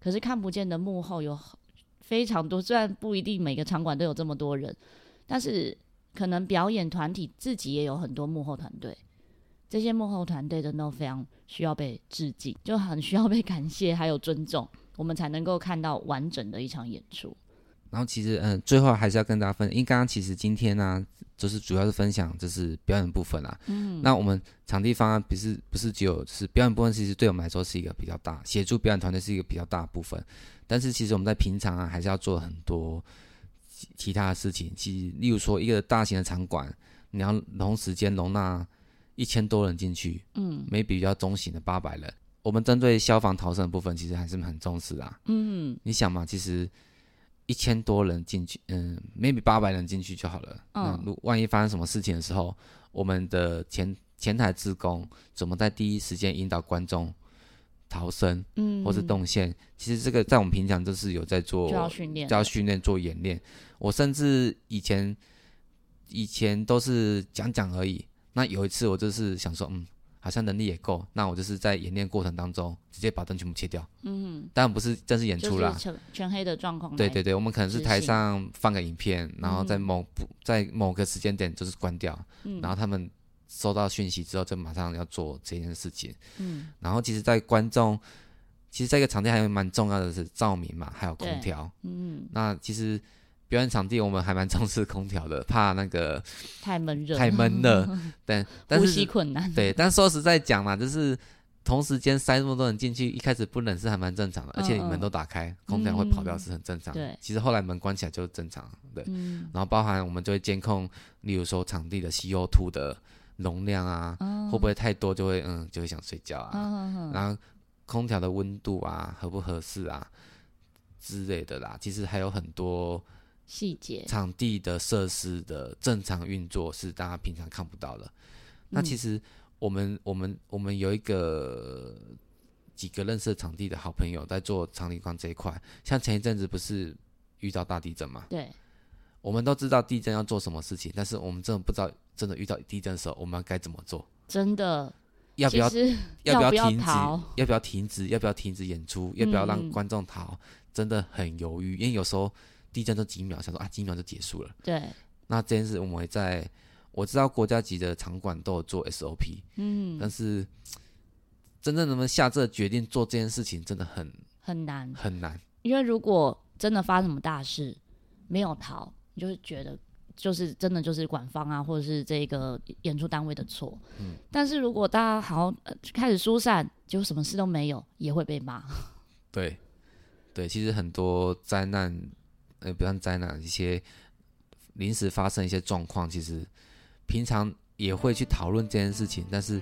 Speaker 1: 可是看不见的幕后有非常多，虽然不一定每个场馆都有这么多人，但是可能表演团体自己也有很多幕后团队。这些幕后团队真的非常需要被致敬，就很需要被感谢，还有尊重，我们才能够看到完整的一场演出。
Speaker 2: 然后其实嗯，最后还是要跟大家分，因为刚刚其实今天呢、就是主要是分享就是表演部分啦、嗯，那我们场地方案啊不是不是只有就是表演部分，其实对我们来说是一个比较大，协助表演团队是一个比较大的部分。但是其实我们在平常啊，还是要做很多其其他的事情。其实例如说一个大型的场馆，你要同时间容纳一千多人进去，嗯，每比较中型的八百人。我们针对消防逃生的部分，其实还是很重视啊。
Speaker 1: 嗯
Speaker 2: 你想嘛，其实一千多人进去，嗯，maybe 八百人进去就好了。
Speaker 1: 嗯
Speaker 2: 那如万一发生什么事情的时候，我们的前前台职工怎么在第一时间引导观众逃生
Speaker 1: 嗯，
Speaker 2: 或是动线？其实这个在我们平常都是有在做
Speaker 1: 就要训练
Speaker 2: 就要训练做演练。我甚至以前以前都是讲讲而已。那有一次我就是想说，嗯，好像能力也够，那我就是在演练过程当中直接把灯全部切掉。
Speaker 1: 嗯，
Speaker 2: 当然不是正式演
Speaker 1: 就
Speaker 2: 出啦
Speaker 1: 是，全全黑的状况。
Speaker 2: 对对，对，我们可能是
Speaker 1: 执
Speaker 2: 台
Speaker 1: 行
Speaker 2: 上放个影片，然后在
Speaker 1: 嗯
Speaker 2: 某部在某个时间点就是关掉，
Speaker 1: 嗯
Speaker 2: 然后他们收到讯息之后就马上要做这件事情。
Speaker 1: 嗯
Speaker 2: 然后其实，在观众，其实这个场地还有蛮重要的是照明嘛，还有
Speaker 1: 对
Speaker 2: 空调。
Speaker 1: 嗯，
Speaker 2: 那其实表演场地我们还蛮重视空调的，怕那个
Speaker 1: 太闷热，
Speaker 2: 太 闷了。但但
Speaker 1: 呼吸
Speaker 2: 是
Speaker 1: 困难。
Speaker 2: 对，但说实在讲嘛，就是。同时间塞那么多人进去，一开始不冷是还蛮正常的，而且
Speaker 1: 嗯嗯
Speaker 2: 门都打开，空调会跑掉是很正常。
Speaker 1: 对
Speaker 2: 其实后来门关起来就是正常了。对，
Speaker 1: 嗯
Speaker 2: 然后包含我们就会监控，例如说场地的 CO2 的容量啊，
Speaker 1: 哦
Speaker 2: 会不会太多就会嗯就会想睡觉啊，
Speaker 1: 嗯
Speaker 2: 然后空调的温度啊合不合适啊之类的啦。其实还有很多
Speaker 1: 细节，
Speaker 2: 场地的设施的正常运作是大家平常看不到的。那
Speaker 1: 嗯
Speaker 2: 其实我们我们我们有一个几个认识的场地的好朋友在做场地光这一块，像前一阵子不是遇到大地震嘛，
Speaker 1: 对，
Speaker 2: 我们都知道地震要做什么事情，但是我们真的不知道真的遇到地震的时候我们该怎么做，
Speaker 1: 真的，
Speaker 2: 要不要
Speaker 1: 其实
Speaker 2: 要不
Speaker 1: 要不要
Speaker 2: 停止
Speaker 1: 逃？
Speaker 2: 要不要停止？要不要停止演出？要不要
Speaker 1: 嗯
Speaker 2: 让
Speaker 1: 嗯
Speaker 2: 观众逃？真的很犹豫，因为有时候地震就几秒，想说啊几秒就结束了。
Speaker 1: 对，
Speaker 2: 那这件事我们会在我知道国家级的场馆都有做 SOP，
Speaker 1: 嗯，
Speaker 2: 但是嘖真正能不能下这个决定做这件事情，真的很
Speaker 1: 很难，
Speaker 2: 很难。
Speaker 1: 因为如果真的发生什么大事，没有逃，你就会觉得就是真的就是管方啊，或者是这个演出单位的错。
Speaker 2: 嗯
Speaker 1: 但是如果大家好像、呃开始疏散，结果什么事都没有，也会被骂。
Speaker 2: 对，对，其实很多灾难，呃，不算灾难，一些临时发生一些状况，其实平常也会去讨论这件事情，但是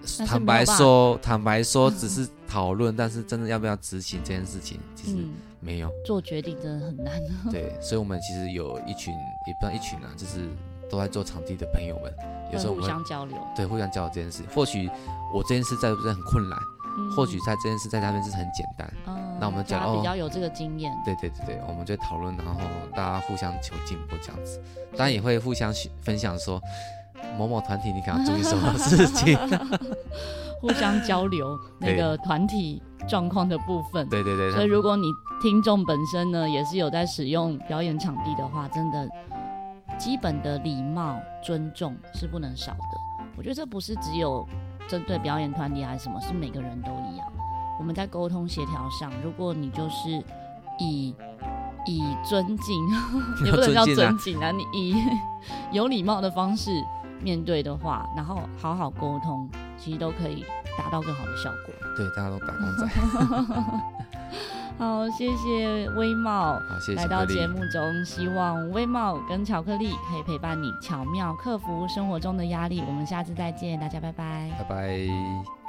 Speaker 1: 但是
Speaker 2: 坦
Speaker 1: 没有
Speaker 2: 白
Speaker 1: 办法
Speaker 2: 说，坦白说，只 是讨论，但是真的要不要执行这件事情，其实
Speaker 1: 嗯，
Speaker 2: 没有。
Speaker 1: 做决定真的很难。
Speaker 2: 对，所以我们其实有一群，也不算一群啊，就是都在做场地的朋友们，有 时候
Speaker 1: 会嗯互
Speaker 2: 我们会
Speaker 1: 相交流，
Speaker 2: 对互相交流这件事情。或许我这件事在不是很困难，
Speaker 1: 嗯
Speaker 2: 或许在这件事在那边是很简单。
Speaker 1: 嗯
Speaker 2: 那我们
Speaker 1: 大
Speaker 2: 讲
Speaker 1: 家
Speaker 2: 哦
Speaker 1: 比较有这个经验，
Speaker 2: 对对对对，我们就讨论，然后大家互相求进步这样子，当然也会互相去分享说某某团体你可能要注意什么事 情。
Speaker 1: 互相交流那
Speaker 2: 对
Speaker 1: 个团体状况的部分。
Speaker 2: 对对对，
Speaker 1: 所以，如果你听众本身呢也是有在使用表演场地的话，真的基本的礼貌、尊重是不能少的。我觉得这不是只有针对表演团体还是什么，是每个人都一样。我们在沟通协调上，如果你就是以以尊敬， 也不能叫
Speaker 2: 尊敬啊
Speaker 1: 尊敬啊，你以有礼貌的方式面对的话，然后好好沟通，其实都可以达到更好的效果。
Speaker 2: 对大家都 打工仔，
Speaker 1: 好，谢谢微茂
Speaker 2: 好谢谢
Speaker 1: 来
Speaker 2: 巧
Speaker 1: 到
Speaker 2: 克力
Speaker 1: 节，目中，希望微茂跟巧克力可以陪伴你巧妙克服生活中的压力。我们下次再见，大家拜拜。
Speaker 2: 拜拜。